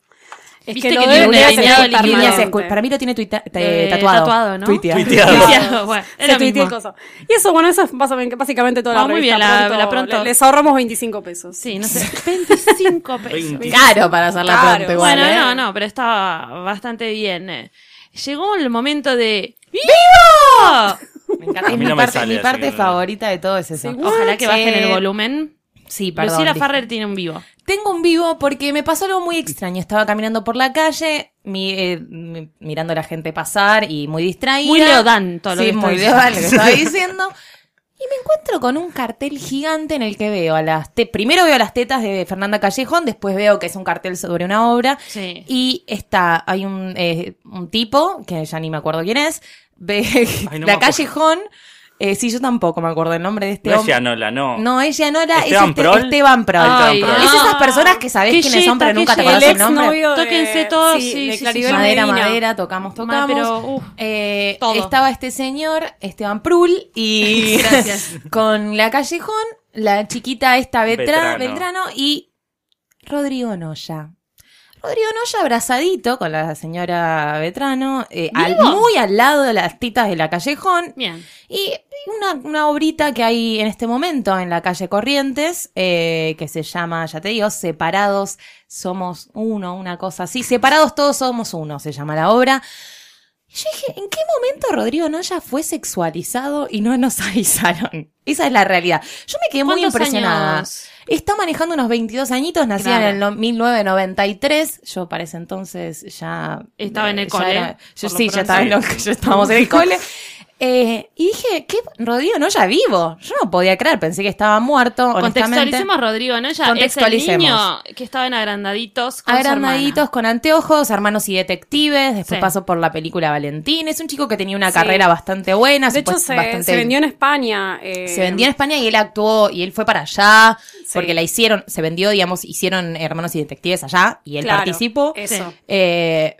E: Es
C: Viste
E: que lo
C: que
E: de
C: tiene un
E: Julia se
C: delineado
E: corta
C: líquido.
E: más.
D: Líneas escu- Para mí lo tiene tuita- te-
C: Eh,
D: tatuado.
C: tatuado, ¿no?
D: Tuiteado.
F: Tuiteado.
C: Tuiteado, bueno, es
E: Se
C: lo
E: tuitea
C: mismo.
E: el coso. Y eso, bueno, eso es básicamente, básicamente toda
C: Ah,
E: la
C: muy
E: revista.
C: bien, la- la pronto.
E: le- Les ahorramos 25 pesos.
C: Sí, no sé. 25 pesos.
F: 20.
D: Caro para hacerla
E: Caro.
D: pronto igual.
C: bueno,
D: ¿eh?
C: no, no, pero estaba bastante bien. eh. Llegó el momento de. ¡Vivo!
D: Me encanta.
F: A
D: Es
F: mí
D: mi
F: no me
D: parte,
F: sale,
D: mi
F: así
D: parte
F: que-
D: favorita de todo es eso.
E: Sí,
C: Ojalá que bajen
D: Sí.
C: el volumen.
D: Sí, perdón.
C: Lucila
D: dije-
C: Farrer tiene un vivo.
D: Tengo un vivo porque me pasó algo muy extraño. Estaba caminando por la calle, mi- eh, mi- mirando a la gente pasar y muy distraída.
C: Muy Leodán todo lo
D: Sí,
C: que está
D: muy
C: diciendo.
D: Leodán lo que estaba diciendo. Y me encuentro con un cartel gigante en el que veo a las te- primero veo las tetas de Fernanda Callejón, después veo que es un cartel sobre una obra
C: Sí.
D: y está hay un, eh, un tipo que ya ni me acuerdo quién es, ve
F: Ay, no me
D: la
F: acuerdo.
D: Callejón. Eh, sí, yo tampoco me acuerdo el nombre de este
F: No es
D: hombre.
F: Gianola, no.
D: No, ella no era.
F: ¿Esteban
D: es este-
F: Prol?
D: Esteban Prol.
F: Ay,
D: es
F: Esteban Prol.
D: esas personas que sabés
C: Qué
D: quiénes son,
C: yeta,
D: pero nunca
C: qué
D: te
C: yeta.
D: acordás
E: El
D: el
E: ex
D: nombre.
E: novio de...
C: Tóquense todos, sí, sí,
E: de
C: sí,
E: Claribel
C: sí.
D: Madera,
E: Medina.
D: madera, tocamos, tocamos.
C: Mal, pero, uf.
D: Eh,
C: todo.
D: estaba este señor, Esteban Prul, y con la Callejón, la chiquita esta Betra,
F: Beltrano.
D: Beltrano y Rodrigo Noya. Rodrigo Noya abrazadito con la señora Betrano, eh, al- muy al lado de las titas de la Callejón,
C: Bien.
D: y una, una obrita que hay en este momento en la calle Corrientes, eh, que se llama, ya te digo, Separados Somos Uno, una cosa así. Separados Todos Somos Uno, se llama la obra. Y yo dije, ¿en qué momento Rodrigo Noya fue sexualizado y no nos avisaron? Esa es la realidad. Yo me quedé muy
C: ¿Cuántos
D: impresionada.
C: años?
D: Está manejando unos 22 añitos, nacía
C: Claro.
D: en el no- 1993. Yo para ese entonces ya... eh,
C: Estaba en el
D: ya
C: cole,
D: yo,
C: por lo
D: sí,
C: pronto.
D: ya, estaba en lo- ya estábamos en el cole. Eh, y dije, ¿qué? Rodrigo no ya vivo. Yo no podía creer, pensé que estaba muerto, honestamente.
C: Contextualicemos, Rodrigo, ¿no? Ella es el
D: Contextualicemos.
C: niño que estaba en agrandaditos con su
D: Agrandaditos con anteojos, hermanos y detectives. Después
C: Sí.
D: pasó por la película Valentín. Es un chico que tenía una
E: Sí.
D: carrera bastante buena.
E: De hecho,
D: supuest-
E: se,
D: bastante-
E: se vendió en España. eh,
D: Se vendió en España y él actuó y él fue para allá porque la
E: sí,
D: hicieron, se vendió, digamos, hicieron hermanos y detectives allá y él
E: claro,
D: participó.
E: Eso.
C: Sí.
D: Eh,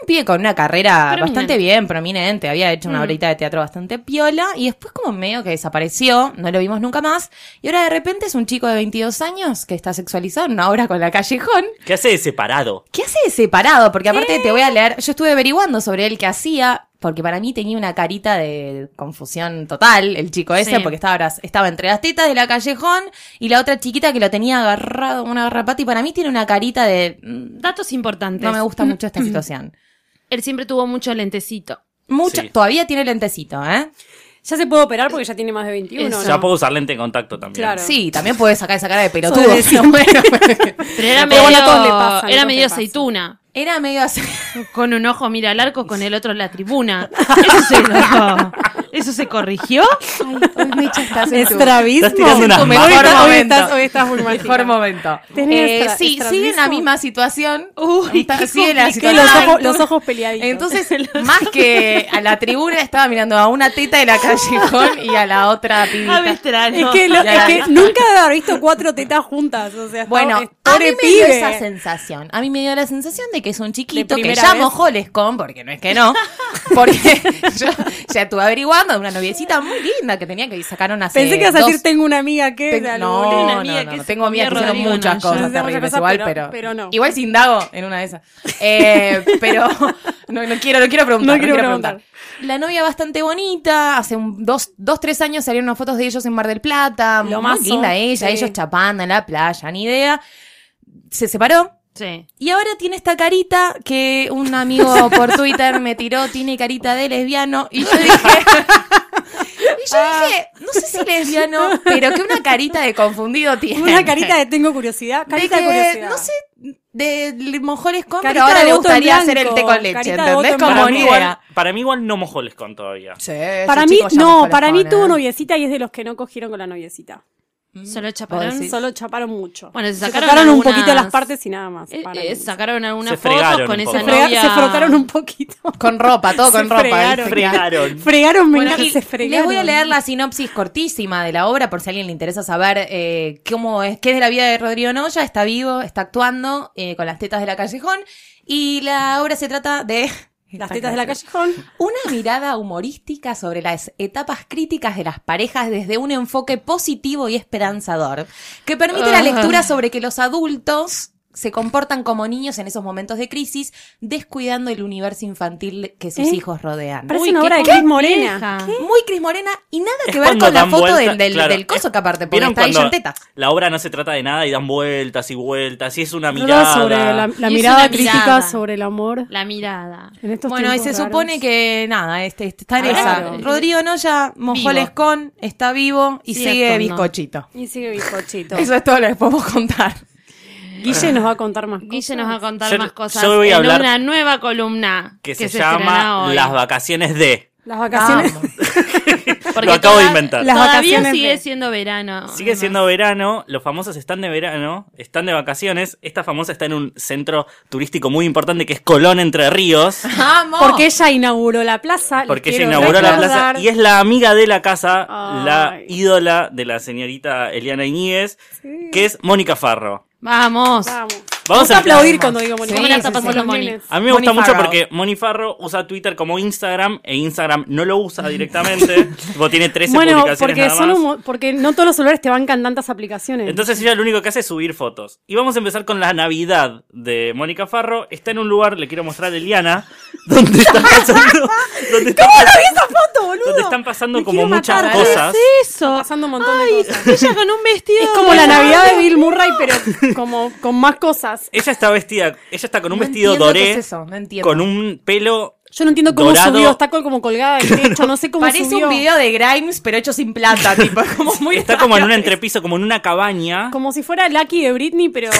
D: un pibe con una carrera
C: Prominente.
D: bastante bien, prominente, había hecho una
C: Mm.
D: horita de teatro bastante piola y después como medio que desapareció, no lo vimos nunca más y ahora de repente es un chico de 22 años que está sexualizado en una obra con la callejón.
F: ¿Qué hace de separado?
D: ¿Qué hace de separado? Porque aparte te voy a leer, yo estuve averiguando sobre él qué hacía, porque para mí tenía una carita de confusión total el chico ese,
C: Sí.
D: porque estaba, abraz- estaba entre las tetas de la callejón y la otra chiquita que lo tenía agarrado con una garrapata y para mí tiene una carita de... mm,
C: Datos importantes.
D: No me gusta mucho esta situación.
C: Él siempre tuvo mucho lentecito.
D: Mucho,
F: Sí.
D: Todavía tiene lentecito, ¿eh?
E: Ya se puede operar porque ya tiene más de 21.
C: Eso.
E: ¿no?
F: Ya puedo usar lente de contacto también.
E: Claro.
D: Sí, también puede sacar esa cara de pelotudo.
E: Sobre eso, bueno.
C: Pero era
E: Pero
C: medio,
E: bueno, a todos le pasa, a todos
C: era
E: le
C: medio
E: pasa.
C: aceituna.
D: Era medio así.
C: Con un ojo mira al arco, con el otro la tribuna. Eso se, lo- ¿Eso se corrigió.
D: Hoy Mecha estás en tu-
E: Estrabismo.
F: Estás tirando unas
E: Tu mejor
D: malas.
E: momento.
D: Mejor
E: Hoy estás,
D: momento.
E: hoy estás muy mal.
D: Mejor momento.
E: Tenés
D: Eh,
E: estra-
D: sí,
E: estrabismo.
D: sigue en la misma situación.
C: Uy,
D: Está-
C: qué
D: sigue la
E: Que
D: situación.
E: los
D: Ay,
E: ojos,
D: tú-
E: los ojos peleaditos.
D: Entonces, más que a la tribuna, estaba mirando a una teta de la callejón y a la otra
C: A
D: pibita.
C: Vestrano.
E: es que, lo-
D: Ya,
E: es
D: ya.
E: que nunca debe haber visto cuatro tetas juntas. O sea,
D: Bueno,
E: está-
D: Ah, a mí
E: pobre
D: me dio
E: pibe.
D: esa sensación. A mí me dio la sensación de que es un chiquito
E: De
D: que
E: primera
D: llamo
E: vez.
D: Holescon, porque no es que no, porque yo ya estuve averiguando de una noviecita muy linda que tenía que sacaron hace
E: Pensé que ibas a
D: dos-
E: decir, tengo una amiga que...
D: Ten-
E: de algún-
D: no,
C: una
D: no,
C: amiga
D: no,
C: que
D: no,
C: se
D: tengo amigas que
C: comió
D: hicieron
C: Rodrigo
D: muchas
C: Noya.
D: cosas
E: Hicieron muchas
D: terribles,
E: cosas,
D: igual,
E: pero-
D: pero,
E: pero no.
D: Igual sin dago en una de esas. Eh, pero no, no quiero, no quiero preguntar, no, quiero, preguntar. La novia bastante bonita, hace un, dos, dos, tres años salieron unas fotos de ellos en Mar del Plata,
E: Lo
D: muy
E: mazo,
D: linda ella,
E: sí.
D: ellos chapando en la playa, ni idea. Se separó.
C: Sí.
D: Y ahora tiene esta carita que un amigo por Twitter me tiró, tiene carita de lesbiano. Y yo dije. Y yo
E: Ah.
D: dije, no sé si lesbiano, pero que una carita de confundido tiene.
E: Una carita de tengo curiosidad. Carita de,
D: que,
E: curiosidad.
D: No sé, de mojoles con, pero
E: Carita
D: ahora
E: de
D: le
E: voto en
D: gustaría hacer el
E: blanco,
D: té con leche,
E: carita de voto
D: ¿entendés?
E: en
D: Como
E: blanco.
D: ni
F: igual-
D: idea.
F: para mí igual no mojoles con todavía.
E: Para mí, no, para mí
F: ¿eh?
E: tuvo noviecita y es de los que no cogieron con la noviecita.
C: Solo chaparón.
D: Sí.
E: Solo chaparon mucho.
C: Bueno, se
E: Se
C: sacaron,
E: tocaron un
C: algunas-
E: poquito las partes y nada más.
C: Eh,
E: para
C: eh,
E: mí.
C: sacaron
F: Se
C: algunas
F: fregaron
C: fotos con
F: un
C: esa
F: poco.
E: se,
F: la
E: frega-
C: novia.
E: se frotaron un poquito.
D: Con ropa, todo
E: Se
D: con ropa.
E: fregaron.
D: dice que-
F: Fregaron.
E: Fregaron
D: Bueno,
E: menos,
D: y
E: se fregaron.
D: Les voy a leer la sinopsis cortísima de la obra por si a alguien le interesa saber eh, cómo es, qué es de la vida de Rodrigo Noya. Está vivo, está actuando eh, con las tetas de la callejón. Y la obra se trata de.
E: Las tetas de la callejón.
D: Una mirada humorística sobre las etapas críticas de las parejas desde un
E: Ah.
D: enfoque positivo y esperanzador, que permite la lectura sobre que los adultos se comportan como niños en esos momentos de crisis, descuidando el universo infantil que sus
E: ¿Eh?
D: hijos rodean.
E: Parece
C: Uy,
E: una
C: qué
E: obra de Cris
C: compleja.
E: Morena. ¿Qué?
D: Muy Cris Morena y nada
F: Es
D: que ver
F: cuando
D: con la
F: dan
D: foto
F: vuelta-
D: del, del-
F: claro,
D: del coso
F: es-
D: que aparte, porque
F: ¿vieron
D: está
F: cuando
D: Guillén Teta.
F: La obra no se trata de nada y dan vueltas y vueltas y es una
E: Toda
F: mirada.
E: sobre la, la
C: Y es
E: mirada
C: una
E: crítica
C: mirada.
E: sobre el amor
C: La mirada.
E: en estos
D: Bueno, y se
E: tiempos raros.
D: supone que nada, este, este- está en
E: Claro.
D: esa. Rodrigo Noya mojó
C: Vivo.
D: el escón, está vivo y
C: Sigue
D: sigue
C: escondo.
D: bizcochito.
E: Y sigue bizcochito.
D: Eso es todo lo que podemos contar.
E: Guille nos va a contar más
C: Guille
E: cosas.
C: nos va a contar
F: Yo-
C: más cosas
F: yo voy a
C: en
F: hablar-
C: una nueva columna
F: Que, se,
C: estrenará
F: llama
C: hoy.
F: Las vacaciones de.
E: Las vacaciones.
D: Vamos.
C: Porque
F: Lo acabo de
C: toda-
F: inventar.
E: Las
C: Todavía
E: vacaciones
C: sigue
E: de-
C: siendo verano.
F: Sigue
C: además.
F: siendo verano, los famosos están de verano, están de vacaciones. Esta famosa está en un centro turístico muy importante que es Colón Entre Ríos.
D: ¡Vamos!
E: Porque ella inauguró la plaza. les
F: Porque ella
E: Ah, quiero
F: inauguró la
E: recordar.
F: plaza y es la amiga de la casa, la
E: Ay.
F: ídola de la señorita Eliana Iñiguez, que es Mónica Farro.
C: Vamos.
E: Vamos.
F: Vamos
E: Vamos
F: a-
E: a aplaudir cuando digo Mónica.
C: Sí,
E: Vamos a
C: sí,
E: tapar
C: sí.
E: con los
C: Moni.
E: nenes.
F: A mí me gusta
D: Moni
F: mucho
D: Farrow.
F: porque Moni Farro usa Twitter como Instagram e Instagram no lo usa directamente. tipo, tiene 13
E: Bueno,
F: publicaciones
E: porque,
F: nada
E: son
F: más.
E: un mo- porque no todos los celulares te bancan tantas aplicaciones.
F: Entonces ella lo único que hace es subir fotos. Y vamos a empezar con la Navidad de Mónica Farro. Está en un lugar, le quiero mostrar a Eliana, donde está pasando... donde está Donde están pasando
E: Me
F: como
E: quiero
F: muchas
E: matar.
F: cosas.
D: ¿eh?
C: Eso.
E: pasando un montón de cosas.
C: Ella con un vestido.
E: Es como la Navidad de Bill Murray, pero como con más cosas.
F: Ella está vestida, ella está con un
D: No
F: vestido
D: entiendo qué
F: doré,
D: es eso, no entiendo.
F: con un pelo
E: Yo no entiendo cómo
F: Dorado.
E: subió, está col- como colgada del techo, no sé cómo
D: Parece
E: subió.
D: un video de Grimes, pero hecho sin plata, tipo, como muy
F: Está como en un entrepiso, como en una cabaña,
E: Como si fuera Lucky de Britney, pero,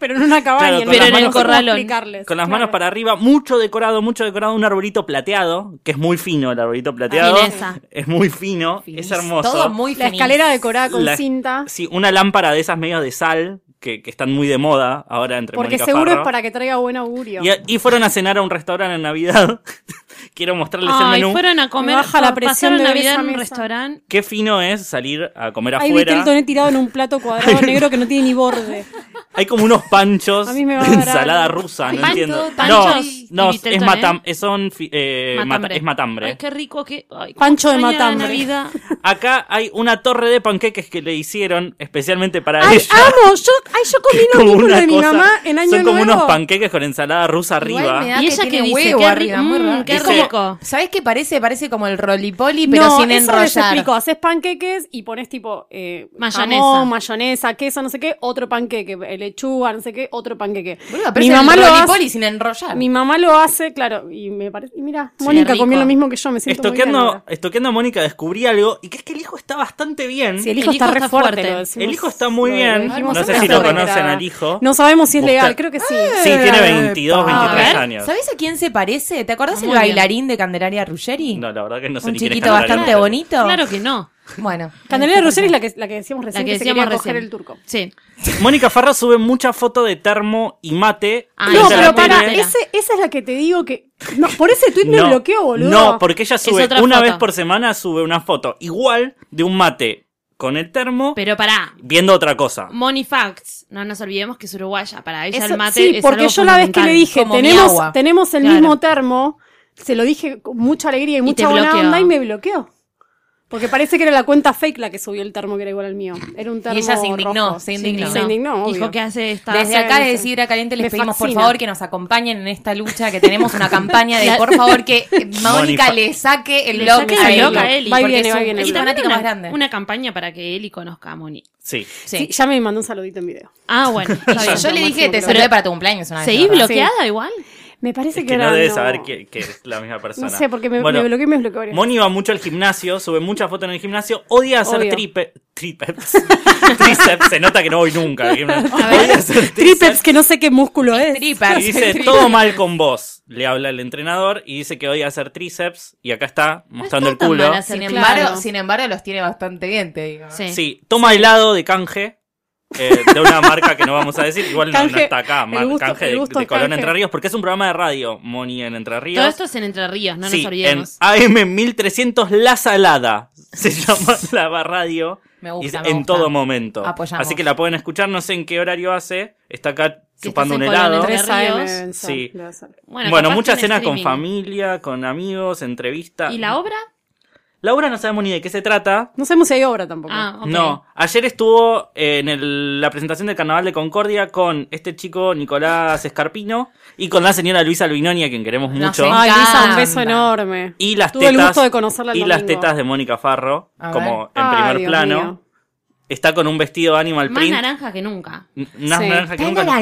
E: pero en una cabaña.
F: Claro, con
E: no
F: las
E: sé
F: manos-
E: cómo
C: corralón.
E: explicarles.
F: con las
E: Claro.
F: manos para arriba, mucho decorado, mucho decorado, un arbolito plateado, que es muy fino el arbolito
D: Ah,
F: plateado.
C: fineza.
F: es muy fino, es hermoso.
D: Todo muy
E: La
D: finis.
E: escalera decorada con
F: La-
E: cinta.
F: Sí, una lámpara de esas medio de sal, que, que están muy de moda ahora entre
E: Porque
F: Mónica
E: seguro
F: Farro.
E: es para que traiga buen augurio.
F: y, y fueron a cenar a un restaurante en Navidad. Quiero mostrarles
C: Ay,
F: el menú.
C: fueron a comer.
E: Me baja la presión
C: pasaron
E: de ver
C: Navidad
E: esa
C: en un
E: mesa.
C: restaurante.
F: Qué fino es salir a comer
E: Hay
F: afuera.
E: Vitel Toné tirado en un plato cuadrado negro que no tiene ni borde.
F: Hay como unos panchos
E: A mí me va
F: de
E: a dar
F: ensalada
E: algo.
F: rusa, no
C: Pancho-
F: entiendo.
C: panchos y
F: no, no, es,
C: Viteltoné.
F: matam es son, fi- eh, mata- es matambre.
C: Ay, qué rico que. ay, cómo
E: Pancho de
C: extraño la
E: matambre.
C: Navidad.
F: Acá hay una torre de panqueques que le hicieron especialmente para
E: Ay,
F: ella.
E: amo, yo, ay, yo comí
F: que
E: lo
F: como
E: mismo
F: una
E: de mi
F: cosa-
E: mamá en año
F: Son como
E: nuevo.
F: unos panqueques con ensalada rusa
D: Igual
F: arriba.
D: me da
C: Y ella que
D: tiene
C: dice,
D: huevo
C: qué ri-
D: arriba, muy
C: mm,
D: raro.
C: qué
D: Es como-
C: rico.
D: ¿Sabes qué parece? Parece como el rolipoli, pero sin
E: eso les
D: enrollar.
E: explico. Haces panqueques y pones tipo eh,
C: Mayonesa.
E: jamón, mayonesa, queso, no sé qué, otro panqueque, eh, lechuga, no sé qué, otro panqueque.
D: Boluda,
E: mi
D: parece
E: mamá
D: el
E: lo
D: rolipoli
E: hace,
D: sin enrollar.
E: mi mamá lo hace, claro, y me parece, y mira, Mónica
C: rico.
E: comió lo mismo que yo, me siento muy bien
F: Estoqueando,
E: ahora.
F: estoqueando a Mónica descubrí algo y que es que el hijo está bastante bien.
E: Sí, el hijo
C: El
E: está
C: hijo
E: re
C: está
E: fuerte,
C: fuerte.
E: lo decimos.
F: El hijo está muy
E: Lo
F: bien.
E: dijimos
F: No sé
E: en
F: si
E: la
F: lo
E: sobrecarga.
F: conocen al hijo.
E: No sabemos si es legal,
F: Busca-
E: creo que sí.
F: Sí,
E: eh,
F: tiene 22, 23
C: A ver,
F: años.
D: ¿Sabes a quién se parece? ¿Te acordás
C: Muy
D: el bailarín de Candelaria Ruggeri?
F: No, la verdad que no sé
D: Un
F: ni quién es
D: chiquito
F: Candelaria
D: bastante
F: Ruggeri.
D: bonito.
C: Claro que no.
D: Bueno.
E: Candelera Roger es la que, la que decíamos recién,
C: La que
E: que, se
C: decíamos
E: quería
C: recién.
E: coger el turco.
C: Sí.
F: Mónica Farra sube mucha foto de termo y mate.
C: Ah,
F: Ella
E: no,
C: esa
F: la
E: pero
C: tele.
E: para,
F: tiene-
E: ese- esa es la que te digo que. No, por ese tweet me bloqueó, boludo.
F: No, porque ella sube
C: otra
F: una
C: foto.
F: vez por semana sube una foto igual de un mate con el termo
C: Pero Mm. pará.
F: viendo otra cosa.
C: Money Facts. No nos olvidemos que es uruguaya. Para ella
E: Eso-
C: el mate
E: sí,
C: es
E: porque
C: algo
E: yo la vez que le
C: fundamental.
E: dije,
D: como mi agua.
E: tenemos, tenemos el
C: Claro.
E: mismo termo, se lo dije con mucha alegría y mucha
C: te
E: buena
C: bloqueó.
E: onda y me bloqueó. Porque parece que era la cuenta fake la que subió el termo que era igual al mío. Era un termo.
D: Y ella se indignó,
E: rojo.
D: se indignó.
E: Se indignó, obvio.
C: Dijo que hace esta.
D: Desde
E: bien,
D: acá de
E: sí.
D: Sidra Caliente les
E: Me
D: pedimos por
E: fascina.
D: favor que nos acompañen en esta lucha que tenemos una campaña de por favor que Mónica
F: Monifa-
D: le saque el
C: Le
D: blog
C: saque el
D: a Eli.
C: blog a Eli.
E: Va y
D: porque
E: viene,
D: es
E: va
D: un-
E: y viene.
D: es
C: Y
D: un
E: la
C: también
D: fanático
C: una,
D: más grande.
C: una campaña para que Eli conozca a Moni.
F: Sí.
D: Sí.
E: Sí, ya me mandó un saludito en video.
C: Ah, bueno. está
D: Y yo,
C: bien.
D: yo le dije,
E: Lo máximo
D: te
E: que
D: saludé
E: logré.
D: para tu cumpleaños una vez.
C: ¿Seguís
D: ¿verdad?
C: bloqueada igual?
E: Me parece
F: Es
E: que,
F: que
E: era.
F: no debes saber que, que es la misma persona.
E: No sé, porque me,
F: Bueno,
E: me bloqueó y me bloqueó. varias
F: Moni va mucho al gimnasio, sube muchas fotos en el gimnasio, odia hacer
E: Obvio.
F: tripe, tríceps. tríceps, se nota que no voy nunca al gimnasio.
C: A ver.
F: Odia hacer
E: Tríceps, que no sé qué músculo es.
D: Tripas.
F: Y dice, todo mal con vos. Le habla el entrenador y dice que odia hacer tríceps. Y acá está, mostrando
C: está tan
F: el culo.
C: mal hacer-
D: Sin
C: Claro.
D: embargo, sin embargo, los tiene bastante bien, te digo.
C: Sí.
F: Sí, toma helado de canje. eh, de una marca que no vamos a decir, igual no- no,
E: Canje,
F: está acá,
E: el
F: mar-
E: gusto-
F: canje
E: el
F: de,
E: gusto
F: de
E: es
F: Colón
E: canje.
F: Entre Ríos, porque es un programa de radio, Moni en Entre Ríos.
C: Todo esto es en Entre Ríos, no
F: sí,
C: nos
F: en
C: olvidemos.
F: AM 1300 La Salada se llama la radio
D: Me gusta,
F: y es
D: me
F: en
D: gusta.
F: todo momento.
D: Apoyamos.
F: Así que la pueden escuchar, no sé en qué horario hace, está acá
C: Si
F: chupando un
C: estás en Colón
F: helado.
C: Entre
E: 3 AM.
C: Ríos.
E: deben ser,
F: Sí.
E: debe ser.
F: Bueno,
C: capaz
F: muchas
C: que en
F: cenas con
C: streaming.
F: familia, con amigos, entrevistas.
C: ¿Y la obra?
F: La obra no sabemos ni de qué se trata.
E: No sabemos si hay obra tampoco.
C: Ah, ok.
F: No, ayer estuvo en el- la presentación del Carnaval de Concordia con este chico Nicolás Escarpino y con la señora Luisa Albinoni, a quien queremos
D: No
F: mucho.
D: sé.
E: Ay, Lisa, un beso
D: encanta.
E: enorme.
F: Y las
E: Tuve el
F: tetas,
E: gusto de conocerla el
F: y las
E: domingo.
F: tetas de Mónica Farro,
D: A ver.
F: como en
E: Ay,
F: primer
E: Dios
F: plano.
E: mío.
F: Está con un vestido animal
C: Más
F: print.
C: naranja que nunca.
F: n- Una
E: Sí.
F: naranja que
D: Está
F: nunca-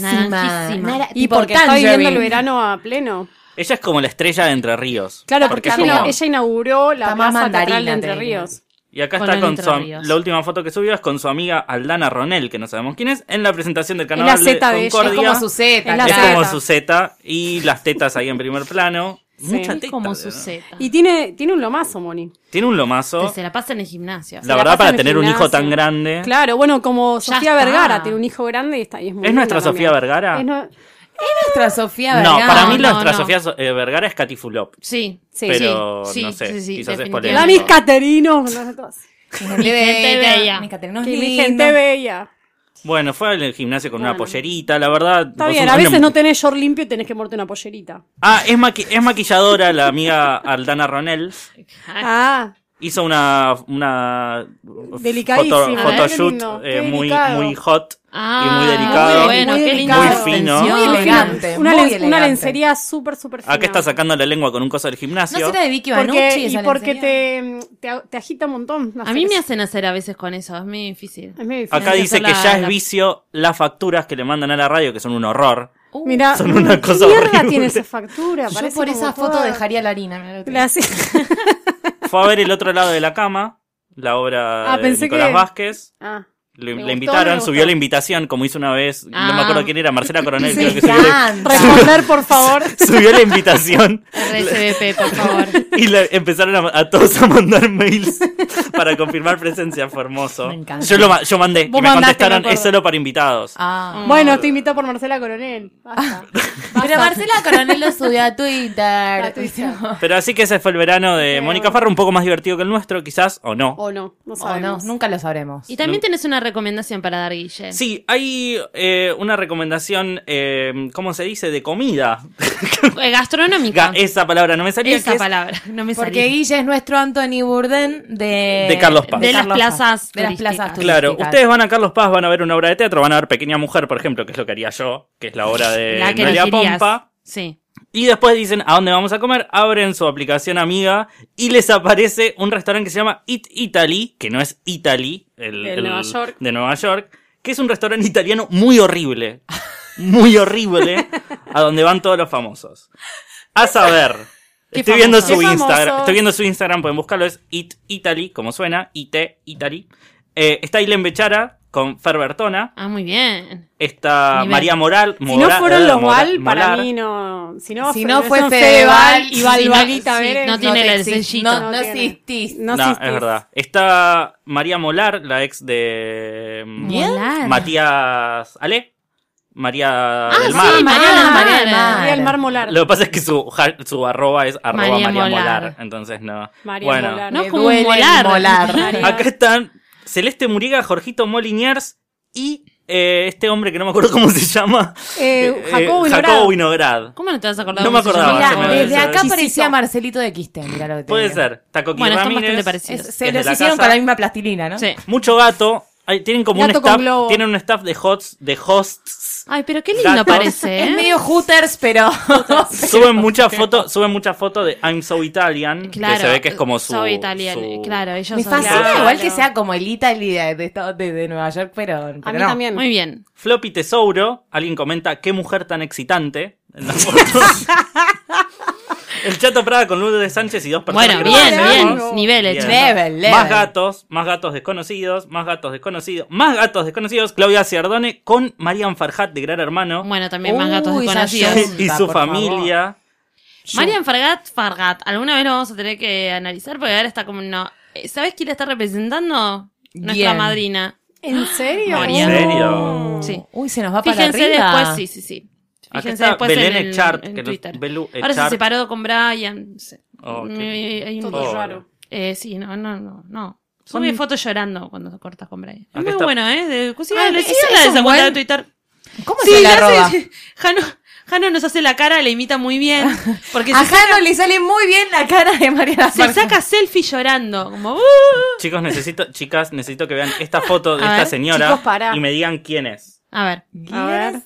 D: naranjísima.
C: Naranjísima.
D: Nara-
E: Y
D: tipo
E: porque está viviendo el
D: tangerine.
E: verano a pleno.
F: Ella es como la estrella de Entre Ríos.
E: Claro,
F: Porque
E: porque,
F: es
E: ella,
F: como-
E: ella inauguró la
D: Está más
E: plaza teatral
D: mandarina,
E: de Entre
D: te diría.
E: Ríos.
F: Y acá
C: Con
F: está
C: el
F: con
C: Entre
F: su am-
C: Ríos.
F: la última foto que subió es con su amiga Aldana Ronel, que no sabemos quién es, en la presentación del
E: la
F: carnaval de
E: zeta de ella, es
F: Concordia.
D: Es como su zeta,
E: Es la
F: Es
E: zeta.
F: como su zeta y las tetas ahí en primer plano.
E: Sí.
F: Mucha
E: Es
F: teta,
C: como
F: ¿no?
C: su seta.
E: Y tiene, tiene un lomazo, Moni.
F: Tiene un
C: Que
F: lomazo.
C: se la pasa en el gimnasio.
F: La
E: la
F: verdad,
E: pasa
F: para
E: en el
F: tener un hijo
E: gimnasio.
F: tan grande.
E: Claro, bueno, como
C: Ya
E: Sofía
C: está.
E: Vergara tiene un hijo grande y está y es muy
F: ¿Es
E: linda
F: nuestra
E: también.
F: Sofía Vergara?
E: Es no-
D: Nuestra Sofía
F: No,
D: Vergara.
F: para mí
C: la-
F: nuestra
C: no.
F: Sofía So- eh, Vergara es Katy Fulop.
C: Sí,
E: Sí.
F: Pero
C: Sí, sí,
F: no sé,
C: sí, sí,
F: quizás es
C: definitivamente.
F: polémico.
E: La mis Caterino. no, todas.
D: Mi
C: gente bella.
D: Mi Caterina es
E: Que mi
D: linda.
E: gente bella.
F: Bueno, fue al gimnasio con una
E: Bueno.
F: pollerita, la verdad.
E: Está
F: vos
E: bien,
F: un-
E: a
F: una-
E: veces no tenés short limpio y tenés que morte una pollerita.
F: Ah, es, maqui- es maquilladora la amiga Aldana Ronel.
E: Ah,
F: Hizo una. una
E: Delicadísima,
F: foto-
E: ¿eh? Qué
F: photoshoot
E: lindo,
F: eh,
E: qué
F: muy,
E: delicado.
F: muy hot
C: Ah,
F: y muy delicado.
C: muy bueno,
E: Muy
C: qué lindo.
E: delicado.
F: Muy fino.
D: Muy
E: Muy
D: elegante.
E: una,
D: muy
E: len- una
D: elegante.
E: lencería súper, súper fina.
F: Acá está sacando la lengua con un coso del
D: ¿No
F: gimnasio.
D: será de Vicky Vanucci
E: porque,
D: esa
E: Y porque
D: lencería?
E: te, te, te agita un montón.
C: A mí me hacen hacer a veces con eso, es muy difícil.
E: Es medio difícil.
F: Acá
C: Tenés que
F: dice
C: hacer
F: que
C: la-
F: ya es
C: la-
F: vicio las facturas que le mandan a la radio, que son un horror.
C: Uh,
E: Mirá,
F: Son una
E: ¿qué
F: cosa
E: mierda
F: horrible.
E: tiene esa factura?
D: Yo
E: Parece
D: por
E: como
D: esa foto
E: toda-
D: dejaría la harina. mirá lo que-
E: La- sí.
F: Fue a ver el otro lado de la cama, la obra
E: Ah,
F: de
E: pensé
F: Nicolás
E: que-
F: Vázquez.
E: Ah,
F: Le,
E: Me
F: le
E: gustó,
F: invitaron,
E: me
F: subió
E: gustó.
F: la invitación, como hizo una vez, no me
C: Ah.
F: acuerdo quién era, Marcela Coronel,
D: Sí,
F: creo que subió la,
D: encanta.
E: responder, por favor.
F: subió la invitación
C: RSVP, por favor.
F: y la- empezaron a, a todos a mandar mails para confirmar presencia, fue hermoso.
D: Me encanta.
F: Yo, lo, ma- yo mandé y me
C: Vos mandaste,
F: contestaron,
C: me acuerdo.
F: es solo para invitados.
D: Ah.
E: Bueno, estoy invitado por Marcela Coronel. Mm. Basta.
D: Pero Marcela Coronel lo subió a Twitter.
E: A Twitter.
F: Pero así que ese fue el verano de
E: Sí.
F: Mónica Farro, un poco más divertido que el nuestro, quizás, o no.
E: O no, no
D: O Oh, no,
E: sabemos.
D: nunca lo sabremos.
C: Y también tenés una recomendación para dar, Guille.
F: Sí, hay eh, una recomendación, eh, ¿cómo se dice? De comida.
C: Eh, Gastronómica.
F: Ga- Esa palabra no me salía.
C: Esa
F: que es-
C: palabra, no me
D: Porque
C: salía.
D: Guille es nuestro Anthony Burden de...
F: De Carlos Paz.
C: De las
D: Carlos
C: plazas
D: Paz. De las
C: turísticas.
D: plazas turísticas.
F: Claro, ustedes van a Carlos Paz, van a ver una obra de teatro, van a ver Pequeña Mujer, por ejemplo, que es lo que haría yo, que es la obra de
C: La que no
F: Eh, Noelia
C: querías.
F: Pompa.
C: Sí.
F: Y después dicen a dónde vamos a comer, abren su aplicación amiga y les aparece un restaurante que se llama It Italy, que no es Italy, el,
E: De
F: el-
E: Nueva York.
F: de Nueva York, que es un restaurante italiano muy horrible, muy horrible, a donde van todos los famosos. A saber,
C: ¿Qué
F: estoy viendo
C: famosos?
F: su
E: ¿Qué
F: Instagram,
E: famosos?
F: estoy viendo su Instagram, pueden buscarlo, es It Italy, como suena, IT Italy. Eh, está Ilen Bechara con Fer Bertona,
C: Ah, muy bien.
F: está
C: Nivel.
F: María Moral,
E: Si no
F: Mora-
E: fueron los
F: Mora-
E: Val, para
F: eh, Molar.
E: mí no. Si no,
D: Si
E: fue-
D: no fue
E: son
D: Fede
E: Val
D: Val,
E: y
C: si no-
E: Valvalita
C: sí,
E: Vélez.
C: no tiene
D: te
C: el
D: exi-
C: sellito.
D: No, no,
E: No tiene.
D: existís.
E: No
F: No,
E: asistís.
F: es verdad. Está María Molar, la ex de mm,
C: Bien.
F: Matías Ale. María
C: Ah,
F: del
C: sí,
F: Mar.
C: María
E: Ah,
C: del Mar.
D: María del Mar.
E: María del Mar Molar.
F: Lo que pasa es que su, ja- su arroba es arroba María,
C: María
F: Molar.
C: Molar.
F: Entonces no.
E: María
F: bueno,
E: Molar.
C: No
D: Ah, Me
C: es como
D: duele
C: un molar.
D: molar.
E: María.
F: acá están Celeste Muriega, Jorgito Moliniers y eh, este hombre que no me acuerdo cómo se llama.
E: Eh, Jacobo
F: eh,
E: Inorado.
F: Jacobo Vinograd.
C: ¿Cómo no te vas a acordar?
F: No me
C: cómo se
F: acordaba,
C: llama?
F: se me
D: Mirá, desde
F: había
D: acá
F: olvidado.
D: parecía Marcelito de Quiste. Mirá lo que te
F: Puede
E: Eh.
D: digo.
F: ser. Taco
C: Bueno, están bastante
F: Ramírez.
C: parecidos.
D: Es- se
F: Desde
D: los
F: la
D: hicieron
F: casa.
D: con la misma plastilina, ¿no?
C: Sí.
F: Mucho gato. Ay, tienen como
E: Gato
F: un
E: con
F: staff.
E: globo.
F: Tienen un staff de hosts, de hosts
C: Ay, pero qué lindo
F: Gatos.
C: parece,
D: Es
C: ¿eh?
D: medio Hooters, pero...
F: Suben muchas fotos, suben muchas fotos de I'm so Italian,
C: Claro.
F: que se ve que es como su
C: Soy italiano.
F: su-
C: Claro, ellos
D: Me
C: son
D: fascina
C: italianos.
D: igual que sea como el Italy de, de Estados- de- de Nueva York, pero,
E: A
D: pero
E: mí
D: no.
E: también.
C: Muy bien.
F: Floppy Tesouro, alguien comenta qué mujer tan excitante en las fotos. El Chato Prada con Lourdes Sánchez y dos personas.
C: Bueno,
F: que no
C: bien,
F: conocemos.
C: bien. Niveles.
F: Bien.
D: Level, level.
F: Más gatos, más gatos desconocidos, más gatos desconocidos, más gatos desconocidos. Claudia Ciardone con Marian Farhat de Gran Hermano
C: Bueno, también más gatos
D: Uy, ya
C: desconocidos.
D: yo-
F: y
D: Junta,
F: su
D: por favor.
F: familia.
C: Marian Fargat, Fargat. Alguna vez lo vamos a tener que analizar porque ahora está como no. eh, ¿Sabes quién la está representando? Nuestra
D: Bien.
C: madrina.
E: ¿En serio?
C: María. ¿En
F: serio?
C: Sí.
D: Uh. Uy, se nos va
C: Fíjense
D: para arriba.
C: después, sí, sí, sí.
F: Acá
C: Fíjense
F: está
C: después en,
F: Belén
C: el,
F: Echart,
C: en
F: que no-
C: Twitter.
F: Belu
C: Ahora se
F: Echart. Oh,
C: separó con Brian. no sé.
F: Ok.
C: Eh, hay un-
E: Todo raro.
C: Eh, sí, no, no, no, no. Sube fotos llorando cuando te cortas con Brian.
F: Acá
C: Es muy
F: está.
C: bueno, ¿eh? De, sí,
D: Ah,
C: le
D: es-
C: sigan
D: es
C: a esa
D: un
C: cuenta de
D: buen-
C: Twitter.
D: ¿Cómo
C: Sí,
D: se la
C: ya sé,
D: roba?
C: sí. Jano, Jano nos hace la cara, le imita muy bien. Porque
D: A
C: se, saca,
D: Jano le sale muy bien la cara de Mariana
C: se
D: Martínez.
C: saca selfie llorando. Como, "Uh".
F: Chicos, necesito, chicas, necesito que vean esta foto de
C: A
F: esta
C: ver,
F: señora
E: chicos, pará.
F: y me digan quién es.
C: A ver.
E: A ver.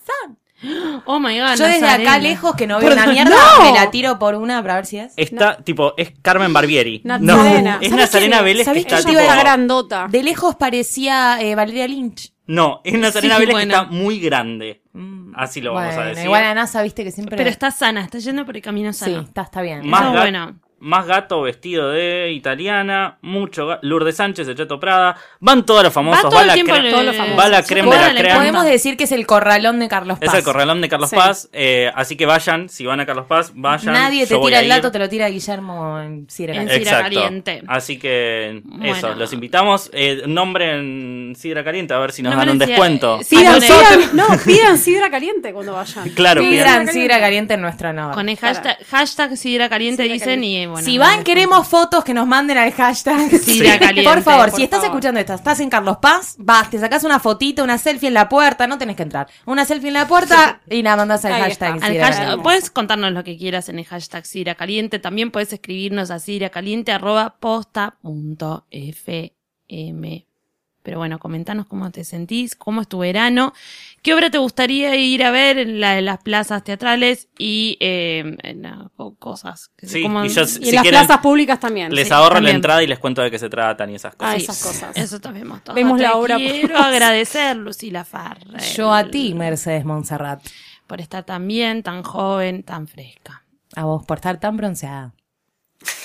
C: Oh my god.
D: Yo desde
C: Nazarena.
D: acá lejos que no veo una mierda, me la tiro por una para ver si
C: Eh.
D: es.
F: Esta, tipo, es Carmen Barbieri.
E: Nazarena.
F: No, es
D: ¿Sabés
F: Nazarena
D: quién es?
F: Vélez que
D: ¿Sabés
F: está
D: quién
F: tipo...
D: es?
E: Una grandota.
D: De lejos parecía eh, Valeria Lynch.
F: No, es Nazarena
C: Sí,
F: Vélez
C: bueno.
F: que está muy grande.
D: Mm.
F: Así lo vamos a
D: Bueno,
F: decir.
D: Igual a NASA, viste que siempre.
C: Pero está sana, está yendo por el camino
D: Sí,
C: sano.
D: está, está bien.
F: Más,
C: Eso
F: ga-
C: bueno.
F: más gato vestido de italiana, mucho ga- Lourdes Sánchez, el Chato Prada. Van todos los famosos.
C: Va todo el
F: la
C: tiempo
F: cre-
C: le-
F: todos los famosos. va la
C: Yo
F: creme
C: creo
F: de la
C: que le
F: creme.
D: Podemos
C: encanta.
D: decir que es el corralón de Carlos Paz.
F: Es el corralón de Carlos
E: Sí.
F: Paz. eh, así que vayan, si van a Carlos Paz, vayan.
D: Nadie te
F: yo voy
D: tira
F: a
D: el
F: ir.
D: dato, te lo tira Guillermo en Sierra
C: En
D: Caliente.
C: Sidra
F: Exacto.
C: Caliente.
F: Así que
C: Bueno.
F: eso, los invitamos. Eh, nombren Sidra Caliente a ver si nos
C: Nombren
F: dan un
C: Sidra- eh,
F: descuento.
C: Sí.
E: Pidan,
C: Perdón,
E: pidan- no, pidan sidra caliente cuando vayan.
F: Claro,
D: Sí,
F: bien.
D: gran Sidra Caliente en nuestro honor.
C: Con el hashtag, hashtag Sidra Caliente
E: Sidra
C: dicen
E: Caliente.
C: y bueno.
D: si
C: no,
D: van,
C: no.
D: queremos fotos que nos manden al hashtag.
C: Sidra Caliente,
D: Por favor,
E: por
D: si estás
E: favor.
D: escuchando esto, estás en Carlos Paz, vas, te sacas una fotito, una selfie en la puerta, no tenés que entrar. Una selfie en la puerta y la mandás al
E: Ahí
D: hashtag.
E: está.
C: Al
D: Sidra
C: hashtag-
D: Caliente.
C: puedes contarnos lo que quieras en el hashtag Sidra Caliente. También puedes escribirnos a sidracaliente.posta.fm. Pero bueno, comentanos cómo te sentís, cómo es tu verano, qué obra te gustaría ir a ver en, la- en las plazas teatrales y eh, en las co- cosas. que sé
F: Sí,
C: cómo-
F: y yo,
E: Y
F: si
E: en las
F: quieren,
E: plazas públicas también.
F: les
E: Sí.
F: ahorro
C: también.
F: la entrada y les cuento de qué se tratan y esas cosas.
E: Ah,
C: Sí,
E: esas cosas.
C: Eso también vemos todos.
E: Vemos la
C: Te
E: obra
C: Quiero
E: por-
C: agradecer, Lucila Farrell.
D: Yo a ti, Mercedes Montserrat.
C: Por estar tan bien, tan joven, tan fresca.
D: A vos por estar tan bronceada.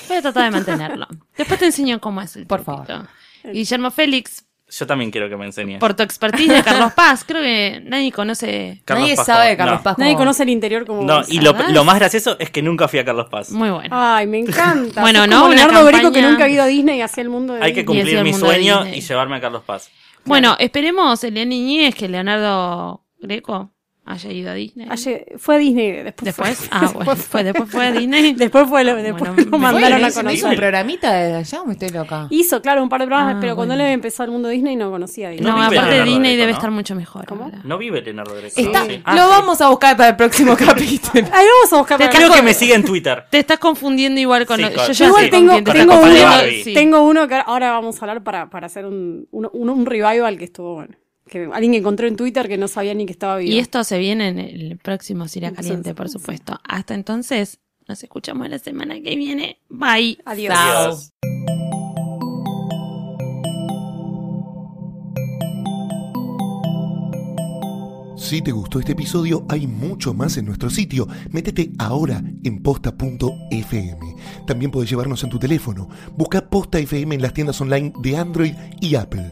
C: Voy a tratar de mantenerlo. Después te enseño cómo es el
D: Por
C: truquito. Guillermo Félix,
F: Yo también quiero que me enseñen.
C: por tu expertise de Carlos Paz, creo que nadie conoce.
F: Carlos
D: Nadie
F: Paz,
D: sabe de
F: no.
D: Carlos Paz. como
E: Nadie
D: vos.
E: conoce el interior como
F: No,
E: vos.
F: y lo,
C: ¿Verdad?
F: lo más gracioso es que nunca fui a Carlos Paz.
C: Muy bueno.
E: Ay, me encanta.
C: Bueno,
E: Sos
C: ¿no?
E: Como
C: Una
E: Leonardo Borico que
C: campaña-
E: nunca ha ido a Disney hacia el mundo de
F: Hay que
E: Disney.
C: Y así
F: cumplir
C: el
F: mi
C: mundo de
F: sueño
C: Disney.
F: y llevarme a Carlos Paz.
C: Bueno, esperemos, Eliane Iñiguez, que Leonardo Greco haya ido a Disney.
E: Ayer- fue a Disney después.
C: Después,
E: fue-
C: ah, bueno, fue, después fue a Disney.
E: Después fue lo, después
C: Bueno,
E: lo
C: me-
E: mandaron
D: Bueno,
E: a
D: hizo-
E: conocer.
D: hizo un programita desde allá, me estoy loca.
E: Hizo, claro, un par de programas,
C: Ah,
E: pero cuando
C: bueno.
E: él empezó el mundo Disney no conocía a Disney.
C: No,
F: No vive
C: aparte
F: Leonardo
C: Disney
F: Greco,
C: debe
F: ¿no?
C: estar mucho mejor.
E: ¿Cómo?
C: ahora.
F: No vive Leonardo Greco.
D: Está-
F: ¿no? Sí. Ah,
D: Lo
F: sí.
D: vamos a buscar para el próximo capítulo.
E: Ahí vamos a buscar.
C: Te
E: para-
F: Creo que me sigue en Twitter.
C: Te estás confundiendo igual con...
F: Sí,
C: lo-
F: con-
C: yo
E: Yo
C: ya
E: igual
C: sé con
E: tengo,
C: quién te
F: Con la
E: tengo,
C: estás
E: uno,
F: compañía
C: confundiendo,
F: Barbie.
C: sí.
E: tengo uno que ahora- ahora vamos a hablar para, para hacer un, un, un- un revival que estuvo bueno. Que alguien que encontró en Twitter que no sabía ni que estaba vivo.
C: Y esto se viene en el próximo Sira
E: Entonces,
C: Caliente, por supuesto. Hasta entonces, nos escuchamos la semana que viene. Bye.
E: Adiós.
F: Adiós.
A: Si te gustó este episodio, hay mucho más en nuestro sitio. Métete ahora en posta.fm. También puedes llevarnos en tu teléfono. Busca Posta FM en las tiendas online de Android y Apple.